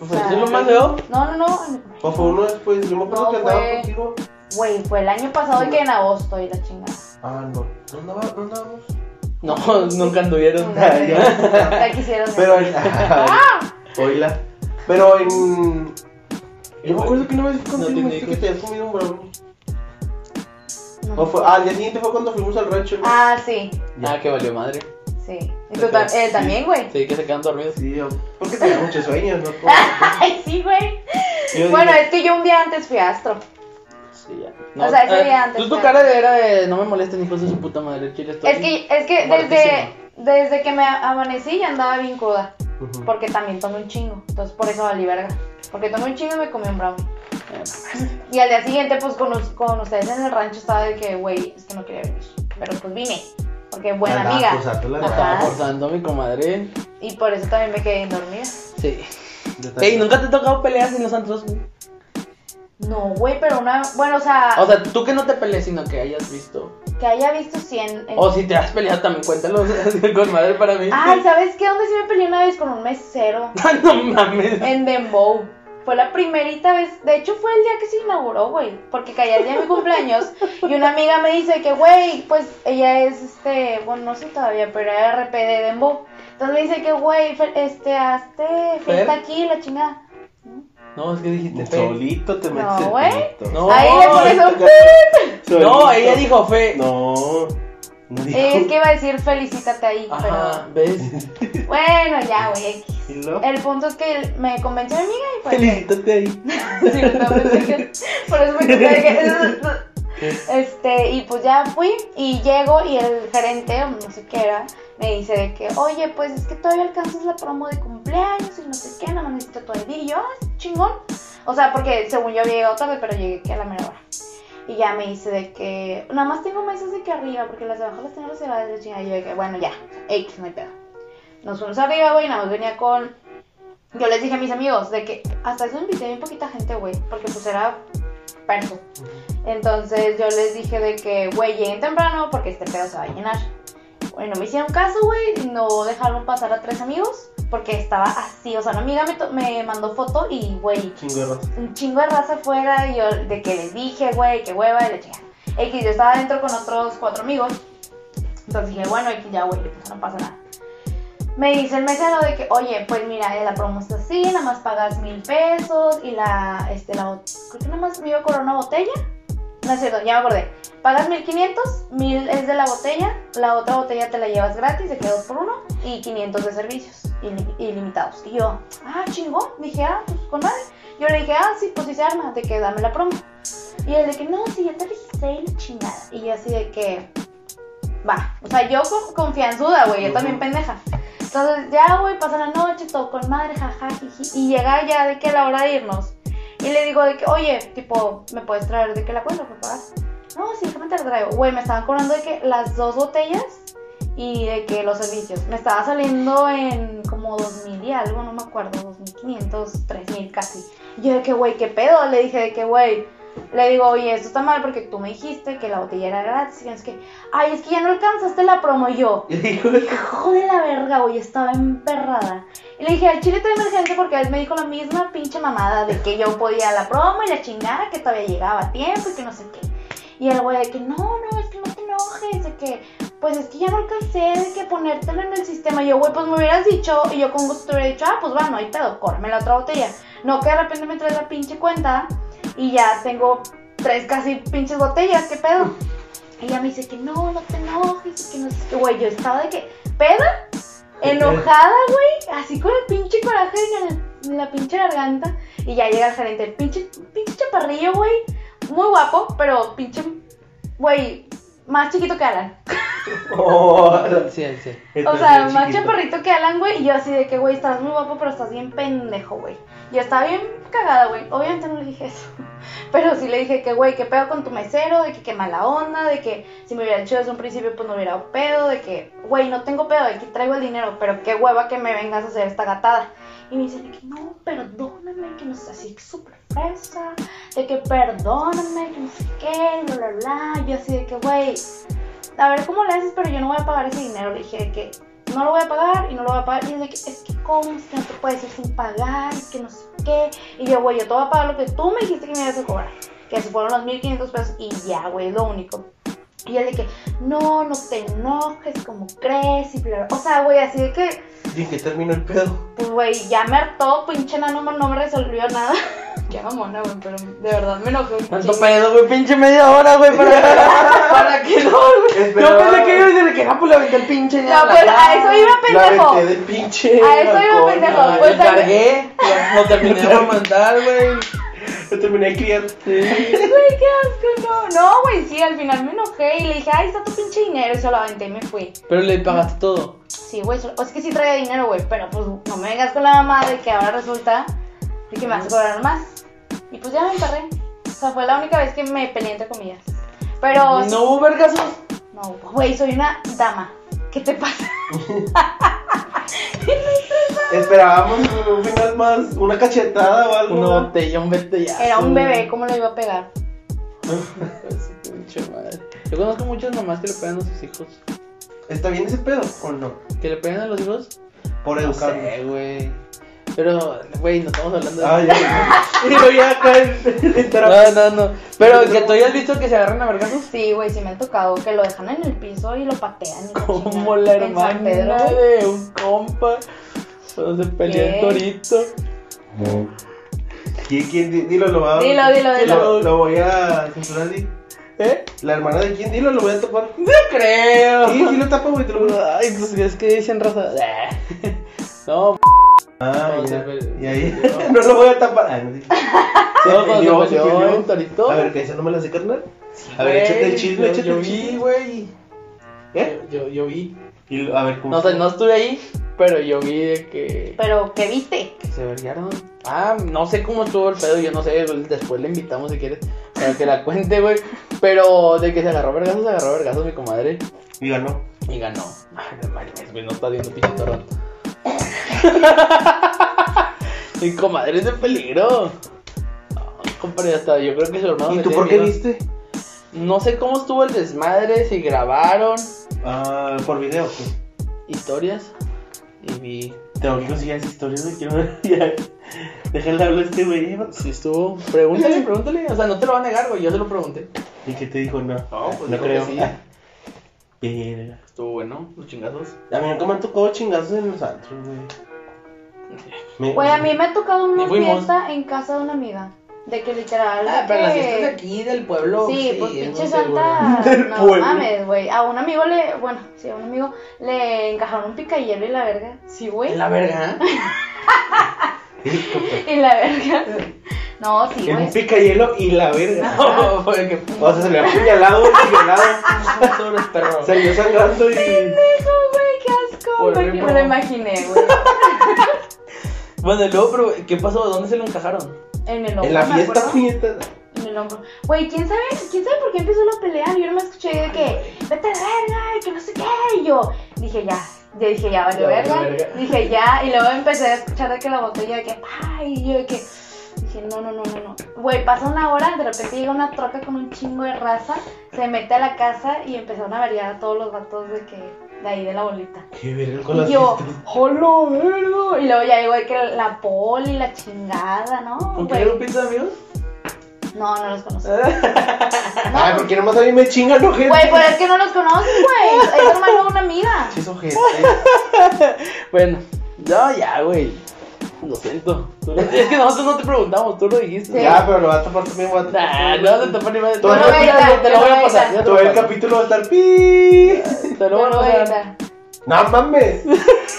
S3: Pues eso es lo más feo.
S1: No, no, no.
S2: O fue uno después, yo me acuerdo
S1: No,
S2: que andaba
S1: güey.
S2: contigo.
S1: Güey, fue el año pasado que en agosto y la chingada.
S2: Ah, no. ¿No andaba- no andábamos?
S3: No, nunca anduvieron.
S1: Nunca.
S2: Ah, ya.
S1: La quisieron. Ah,
S2: Pero en. Oila. Pero en. Yo me acuerdo que una vez fui contigo
S3: No
S2: y me
S3: tiene
S2: dijiste que
S3: hijos.
S2: te habías comido un brownie.
S1: No.
S2: O fue- Ah, al día siguiente fue cuando fuimos al rancho. ¿no?
S1: Ah, sí,
S3: Ah, que valió madre.
S1: sí. Y tú tam- eh, también, güey.
S3: Sí, que se quedan dormidos.
S2: Sí, yo. Porque tenía muchos sueños, ¿no?
S1: Ay, sí, güey.
S2: Yo
S1: Bueno,
S2: dije,
S1: es que yo un día antes fui a Astro.
S3: Sí, ya.
S1: O sea, ese
S3: eh,
S1: día antes,
S3: Tú tu
S1: ya.
S3: cara de- era de no me molestes, hijos de su puta madre. el Chile, estoy
S1: Es que, es que desde,
S3: Muertísimo.
S1: desde que me amanecí ya andaba bien cruda.
S2: "Ujú".
S1: Porque también tomé un chingo. Entonces por eso valí verga. Porque tomé un chingo y me comí un brownie.
S3: Eh,
S1: Y al día siguiente, pues con, us- con ustedes en el rancho estaba de que, güey, es que no quería venir. Pero pues vine. Porque buena
S2: Andaba
S1: amiga.
S2: cruzándola,
S1: Ajá.
S2: andaba
S3: estaba forzando a mi comadre.
S1: Y por eso también me quedé dormida.
S3: Sí.
S2: Yo
S3: Ey,
S2: también.
S3: ¿nunca te ha tocado peleas en los antros? güey?
S1: No, güey, pero una. Bueno, o sea,
S3: O sea, tú que no te pelees, sino que hayas visto.
S1: que haya visto 100. en-
S3: O si te has peleado también, cuéntalo con madre para mí.
S1: Ay, ¿sabes qué? ¿Dónde sí me peleé una vez con un mesero?
S3: no mames.
S1: En Dembow. Fue la primerita vez, de hecho fue el día que se inauguró, güey, porque caía el día de mi cumpleaños y una amiga me dice que, güey, pues ella es, este, bueno, no sé todavía, pero era RP de Dembow. Entonces me dice que, güey, fe- este, hazte fiesta
S3: Fer.
S1: aquí, la chingada.
S3: No, es que dijiste fe.
S2: Solito te
S1: No, ¿eh? güey.
S2: metes. el pito.
S3: No.
S1: Ahí le pones un...
S2: Solito.
S3: No, ella dijo fe.
S2: No. No dijo.
S1: Es que iba a decir felicítate ahí,
S3: Ajá, ¿ves?
S1: pero... Bueno, ya, güey. X.
S2: ¿Y luego?
S1: El punto es que me convenció mi amiga y pues...
S3: Felicítate ahí.
S1: Sí, no, pensé que- Por eso me quedé que- Este, y pues ya fui y llego y el gerente, o no sé qué era, me dice de que, oye, pues es que todavía alcanzas la promo de cumpleaños y no sé qué, nada más necesito tu ID. Y yo, ah, chingón. O sea, porque según yo había llegado tarde, pero llegué que a la mera hora. Y ya me dice de que, nada más tengo mesas de que arriba, porque las de abajo las tengo reservadas de la chingada. Y yo de que, bueno, ya, X, no hay pedo. Nos fuimos arriba, güey, nada más venía con yo les dije a mis amigos de que hasta eso invité bien poquita gente, güey, porque pues era perso. Entonces yo les dije de que, güey, lleguen temprano porque este pedo se va a llenar. Bueno, me hicieron caso, güey, no dejaron pasar a tres amigos porque estaba así. O sea, una amiga me, to- me mandó foto y, güey,
S2: Chingo de raza.
S1: un chingo de raza afuera y yo de que les dije, güey, que hueva y la chingada. X, yo estaba adentro con otros cuatro amigos. Entonces dije, bueno, X ya, güey, pues no pasa nada. Me dice el mesero de que, oye, pues mira, eh, la promo está así, nada más pagas mil pesos y la, este, la, bot- creo que nada más me iba a cobrar una botella. No es cierto, ya me acordé. Pagas mil quinientos, mil es de la botella, la otra botella te la llevas gratis, de que dos por uno, y quinientos de servicios ili- ilimitados. Y yo, ah, chingón, dije, ah, pues con madre. Yo le dije, ah, sí, pues sí se arma, de que dame la promo. Y él de que, no, sí, ya te registré y la chingada. Y yo así de que, va. O sea, yo con confianzuda, güey, yo
S2: Ujú.
S1: también pendeja. Entonces, ya, güey, pasa la noche, todo con madre, jaja, jiji. Y llega ya de que a la hora de irnos. Y le digo de que, oye, tipo, ¿me puedes traer de que la cuenta, por favor? No, sí, déjame te la traigo. Güey, me estaban cobrando de que las dos botellas y de que los servicios. Me estaba saliendo en como 2000 y algo, no me acuerdo, 2500, 3000 casi. Yo de que, güey, ¿qué pedo? Le dije de que, güey, le digo, oye, esto está mal porque tú me dijiste que la botella era gratis. Y es que, ay, es que ya no alcanzaste la promo Y yo.
S2: Hijo de-
S1: Hijo de la verga, güey, estaba emperrada. Y le dije, al chile trae emergencia porque él me dijo la misma pinche mamada de que yo podía la promo y la chingada, que todavía llegaba a tiempo y que no sé qué. Y el güey de que, no, no, es que no te enojes, de que, pues es que ya no alcancé de que ponértelo en el sistema. Y yo, güey, pues me hubieras dicho, y yo con gusto te hubiera dicho, ah, pues va, no hay pedo, córreme la otra botella. No que de repente me traes la pinche cuenta y ya tengo tres casi pinches botellas, ¿qué pedo? Ella me dice que no, no te enojes, que no sé qué. Güey, yo estaba de que, peda, enojada, güey, así con el pinche coraje en, el- en la pinche garganta. Y ya llega el gerente, el pinche, pinche chaparrillo, güey, muy guapo, pero pinche, güey, más chiquito que Alan.
S2: Oh,
S3: Sí, sí.
S1: O sea, más chaparrito que Alan, güey. Y yo así de que, güey, estás muy guapo, pero estás bien pendejo, güey. Yo estaba bien cagada, güey. Obviamente no le dije eso. Pero sí le dije que, güey, qué pedo con tu mesero, de que qué mala onda, de que si me hubiera hecho desde un principio, pues no hubiera dado pedo, de que, güey, no tengo pedo, de que traigo el dinero, pero qué hueva que me vengas a hacer esta gatada. Y me dicen de que no, perdóname, que no sé, así súper fresa, de que perdóname, que no sé qué, bla, bla, bla. Yo así de que, güey, a ver cómo le haces, pero yo no voy a pagar ese dinero. Le dije de que no lo voy a pagar y no lo voy a pagar. Y es de que, es que ¿cómo? Es que no te puedes ir sin pagar, y que no sé qué. Y yo, güey, yo te voy a pagar lo que tú me dijiste que me ibas a cobrar. Que se fueron los 1500 pesos y ya, güey, es lo único. Y es de que, no, no te enojes, como crees, y bla, bla. O sea, güey, así de que,
S2: ¿Y en qué terminó el pedo?
S1: pues, güey, ya me hartó, pinche nano, no me resolvió nada. Qué mamona, güey, pero de verdad me enojé. un
S3: Tanto
S1: chingo.
S3: pedo, güey, pinche media hora, güey, para, para que no, güey. Yo
S2: Esperaba.
S3: pensé que iba a decir que, ah, pues le aventé el pinche.
S1: No, pues a eso iba pendejo.
S2: La vente de pinche.
S1: A eso iba,
S2: balcón,
S1: pendejo.
S2: ay,
S1: Pues,
S3: Pues cargué, lo- lo terminé de mandar, güey.
S2: Yo terminé de criar.
S3: Sí.
S1: Güey, qué asco, no. No, güey, sí, al final me enojé y le dije, ahí está tu pinche dinero. Y se lo aventé y me fui.
S3: Pero le pagaste todo.
S1: Sí, güey, solo- o es que sí traía dinero, güey, pero pues no me vengas con la mamá de que ahora resulta de que me vas a cobrar más. Y pues ya me emparré. O sea, fue la única vez que me peleé entre comillas. Pero,
S3: No hubo vergazos.
S1: no, güey, soy una dama. ¿Qué te pasa?
S2: Esperábamos un final más, una cachetada o algo.
S3: Una
S2: ¿no?
S3: botella, un vete ya.
S1: Era un bebé, ¿cómo lo iba a pegar?
S3: Pinche madre. Yo conozco muchas mamás que le pegan a sus hijos.
S2: ¿Está bien ese pedo o no?
S3: ¿Que le pegan a los hijos?
S2: Por
S3: No
S2: educarnos.
S3: sé, güey. Pero, güey, no estamos hablando de.
S2: Ay, ay. Y lo Ah, ya acá en, en terapia.
S3: no, no, no. Pero que tú hayas visto que se agarran a vergazos.
S1: Sí, güey, sí me han tocado que lo dejan en el piso y lo patean. y la
S3: Como
S1: chingada.
S3: la
S1: En San
S3: hermana
S1: Pedro, güey.
S3: de un compa. Cuando se peleó el
S1: ¿Qué?
S3: torito.
S2: ¿Quién, quién? Di- Dilo, lo va a-
S1: Dilo, dilo, dilo.
S2: Lo, lo voy a censurar. di.
S3: ¿Eh?
S2: ¿La hermana de quién? Dilo, lo voy a tapar.
S3: No creo.
S2: Sí, sí lo tapa, güey, te lo juro.
S3: Ay, pues es que dicen raza. No,
S2: Ah,
S3: No,
S2: ya.
S3: se pe-
S2: Y ahí. No lo voy a tapar. Ay, no, sí. Se
S3: no, cuando
S2: ofendió,
S3: se
S2: se
S3: peleó
S2: ofendió.
S3: el torito.
S2: A ver, que esa no me la sé, carnal. A ver, échate el chisme,
S3: yo-
S2: échate
S3: Yo
S2: el
S3: vi,
S2: chisme.
S3: güey.
S2: ¿Eh?
S3: Yo, yo vi.
S2: Y lo- a ver, ¿cómo?
S3: No sé, no estuve ahí, pero yo vi de que,
S1: Pero, ¿qué viste?
S3: que se verguearon. Ah, no sé cómo estuvo el pedo, yo no sé, güey, después le invitamos si quieres para que la cuente, güey. Pero de que se agarró vergazos, se agarró vergazos mi comadre
S2: Y ganó.
S3: y ganó. Ay, no mames, güey, no está viendo pinche torón. mi comadre es de peligro. No, compadre, ya está, yo creo que su hermano
S2: ¿Y
S3: le
S2: tú
S3: tiene
S2: por qué
S3: miedo.
S2: viste?
S3: No sé cómo estuvo el desmadre, si grabaron
S2: Ah, por video. pues.
S3: historias y vi
S2: Tengo que conseguir esa historia, güey. Quiero ver. Ya. Déjale hablar a este güey.
S3: si estuvo. Pregúntale, pregúntale. O sea, no te lo va a negar, güey. Yo se lo pregunté.
S2: ¿Y qué te dijo? No.
S3: No, pues
S2: no
S3: dijo
S2: creo.
S3: que sí.
S2: Verga.
S3: Estuvo bueno, los chingazos.
S2: A mí nunca me han tocado chingazos en los antros, güey. Me-
S1: Güey, a mí me ha tocado una
S3: Ni fuimos.
S1: fiesta en casa de una amiga. De que literal.
S3: Ah,
S1: de
S3: pero las
S1: que-
S3: fiestas de aquí, del pueblo.
S1: Sí, pues
S3: es
S1: pinche
S3: muy
S1: santa.
S3: seguro.
S2: Del
S1: no
S2: pueblo.
S1: mames, güey. A un amigo le. Bueno, sí, a un amigo le encajaron un picayelo y la verga. Sí, güey.
S3: En la verga.
S1: Y la verga. No, sí,
S2: En
S1: güey.
S2: un picayelo y la verga.
S3: No, porque
S2: O sea, se le ha apuñalado, apuñalado.
S3: pobres perros.
S2: Salió sangrando y.
S1: Pendejo, güey, qué asco.
S3: Por
S1: güey,
S3: ejemplo.
S1: Me lo imaginé, güey.
S3: Bueno, y luego, pero ¿qué pasó? ¿Dónde se lo encajaron?
S1: En el hombro.
S2: En la
S1: me
S2: fiesta,
S1: acuerdo.
S2: puñeta.
S1: En el hombro. Güey, ¿quién sabe, ¿quién sabe por qué empezó la pelea? Yo no me escuché de que, vete a la verga, y que no sé qué. Y yo dije, ya. Yo dije, ya, vale,
S3: Ya valió
S1: verga.
S3: verga.
S1: Dije, ya. Y luego empecé a escuchar de que la botella de que, pa, y yo de que. Dije, no, no, no, no, no. Güey, pasa una hora, de repente llega una troca con un chingo de raza, se mete a la casa y empezaron a variar a todos los vatos de que, de ahí de la bolita.
S2: Qué verga con las
S1: Y yo,
S2: fiestas.
S1: hola, verga. Y luego ya llegó de que la poli, la chingada, ¿no?
S3: ¿Con qué
S1: Güey.
S3: grupito de amigos?
S1: No, no los conozco.
S2: Ay,
S1: No,
S2: porque nomás a mí me chingan los gente.
S1: Güey, pero es que no los conoces, güey. Es hermano de una amiga.
S2: Pinches ojetes.
S3: Bueno, no, ya, güey. Lo siento. Tú- Es que nosotros no te preguntamos, tú lo dijiste.
S1: Sí.
S2: Ya, pero lo va a tapar también, voy a
S3: Nah,
S2: tapar.
S3: no vas a tapar ni madre.
S2: Todo
S3: Te lo
S2: el
S3: voy a
S1: capítulo-
S3: pasar, Te lo voy a pasar. ya te lo
S2: Todo
S3: voy a
S2: el
S3: pasar.
S2: capítulo va a estar pi.
S3: Te lo
S1: Pero,
S3: voy a
S1: güey,
S3: pasar.
S1: está
S2: No mames.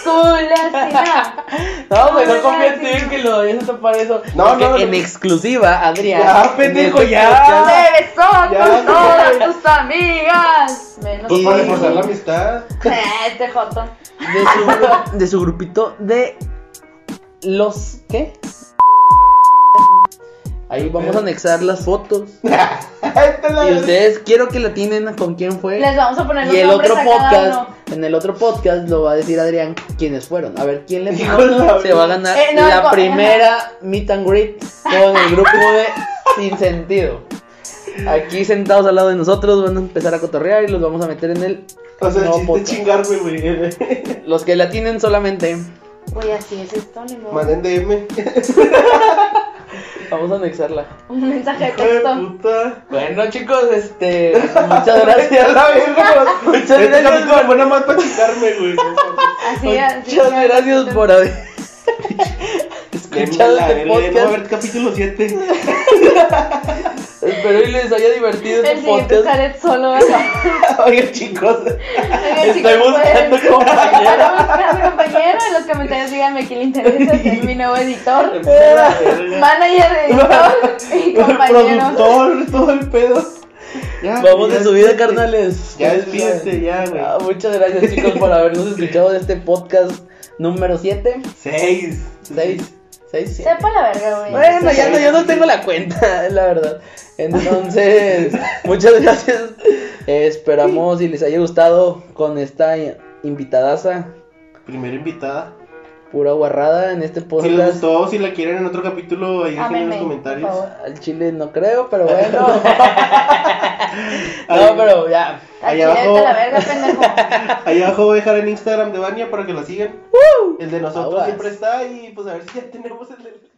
S1: Culacina.
S3: No, güey, no
S1: No,
S3: confío en
S1: güey,
S3: ti que lo vayas a tapar eso.
S2: No,
S3: Porque
S2: no, no.
S3: En exclusiva, Adrián.
S2: Ya, pendejo,
S3: en este
S2: ya.
S3: podcast,
S1: Se besó
S2: Ya,
S1: con todas tus amigas. Menos
S2: Pues
S3: Y-
S2: para
S1: por
S2: reforzar la amistad.
S1: Este joto.
S3: de su, gru- de su grupito de los ¿qué? Ahí vamos a anexar las fotos.
S2: Esta es la
S3: Y ustedes quiero que la tienen con quién fue.
S1: Les vamos a poner los
S3: y el
S1: nombres
S3: otro
S1: a cada
S3: podcast,
S1: uno.
S3: en el otro podcast lo va a decir Adrián quiénes fueron. A ver quién le
S2: Hijo
S3: pegó?
S2: de la
S3: se va a ganar
S1: Eh, no,
S3: la
S1: no,
S3: primera meet and greet con el grupo de Sin Sentido. Aquí sentados al lado de nosotros van a empezar a cotorrear y los vamos a meter en el
S2: O sea, el
S3: no,
S2: chiste es
S3: podcast.
S2: chingarme, güey.
S3: Los que la tienen solamente
S1: Güey, así es esto, ni modo.
S2: Manden DM.
S3: vamos a anexarla.
S1: Un mensaje de
S2: Hijo de
S1: texto.
S2: puta.
S3: Bueno, chicos, este. Muchas gracias.
S2: la verga.
S3: Muchas
S2: Este
S3: gracias.
S2: capítulo fue nada más para chingarme, güey.
S1: Así, así.
S3: Muchas gracias por haber escuchado
S2: Léemela,
S3: este
S2: léemela, a
S3: podcast.
S2: ver, capítulo 7.
S3: Espero y les haya divertido
S1: El
S3: este
S1: siguiente
S3: podcast.
S1: Jared solo, ¿verdad?
S2: Oigan, chicos.
S1: Oigan,
S3: Estoy
S1: chicos,
S3: buscando
S1: pueden-
S3: compañero.
S1: Estoy buscando compañero. En los comentarios díganme quién le interesa. Si es mi nuevo editor. Manager, editor y
S2: El
S1: compañero.
S2: productor, todo el pedo. Ya,
S3: Vamos
S2: ya
S3: de subida,
S2: despídete.
S3: carnales.
S2: Ya despídete, ya, güey.
S3: Ah, muchas gracias, chicos, por habernos escuchado de este podcast número 7,
S2: Seis.
S3: 6, 6, 7.
S1: Sepa la verga, güey.
S3: Bueno, ya no, yo no tengo la cuenta, la verdad. Entonces, muchas gracias. Eh, esperamos si les haya gustado con esta invitadaza,
S2: Primera invitada.
S3: pura guarrada en este
S2: Si les
S3: podcast.
S2: gustó, si la quieren en otro capítulo, ahí déjenlo en
S1: Ámenme,
S2: los
S1: por
S2: comentarios.
S1: favor.
S3: Al chile no creo, pero bueno. no, pero ya.
S1: Al
S2: Ahí
S1: chile,
S2: abajo.
S1: vete a la verga, pendejo.
S2: Ahí abajo voy a dejar el Instagram de Vania para que lo sigan. El de nosotros
S3: Aguas.
S2: siempre está y pues a ver si ya tenemos el de...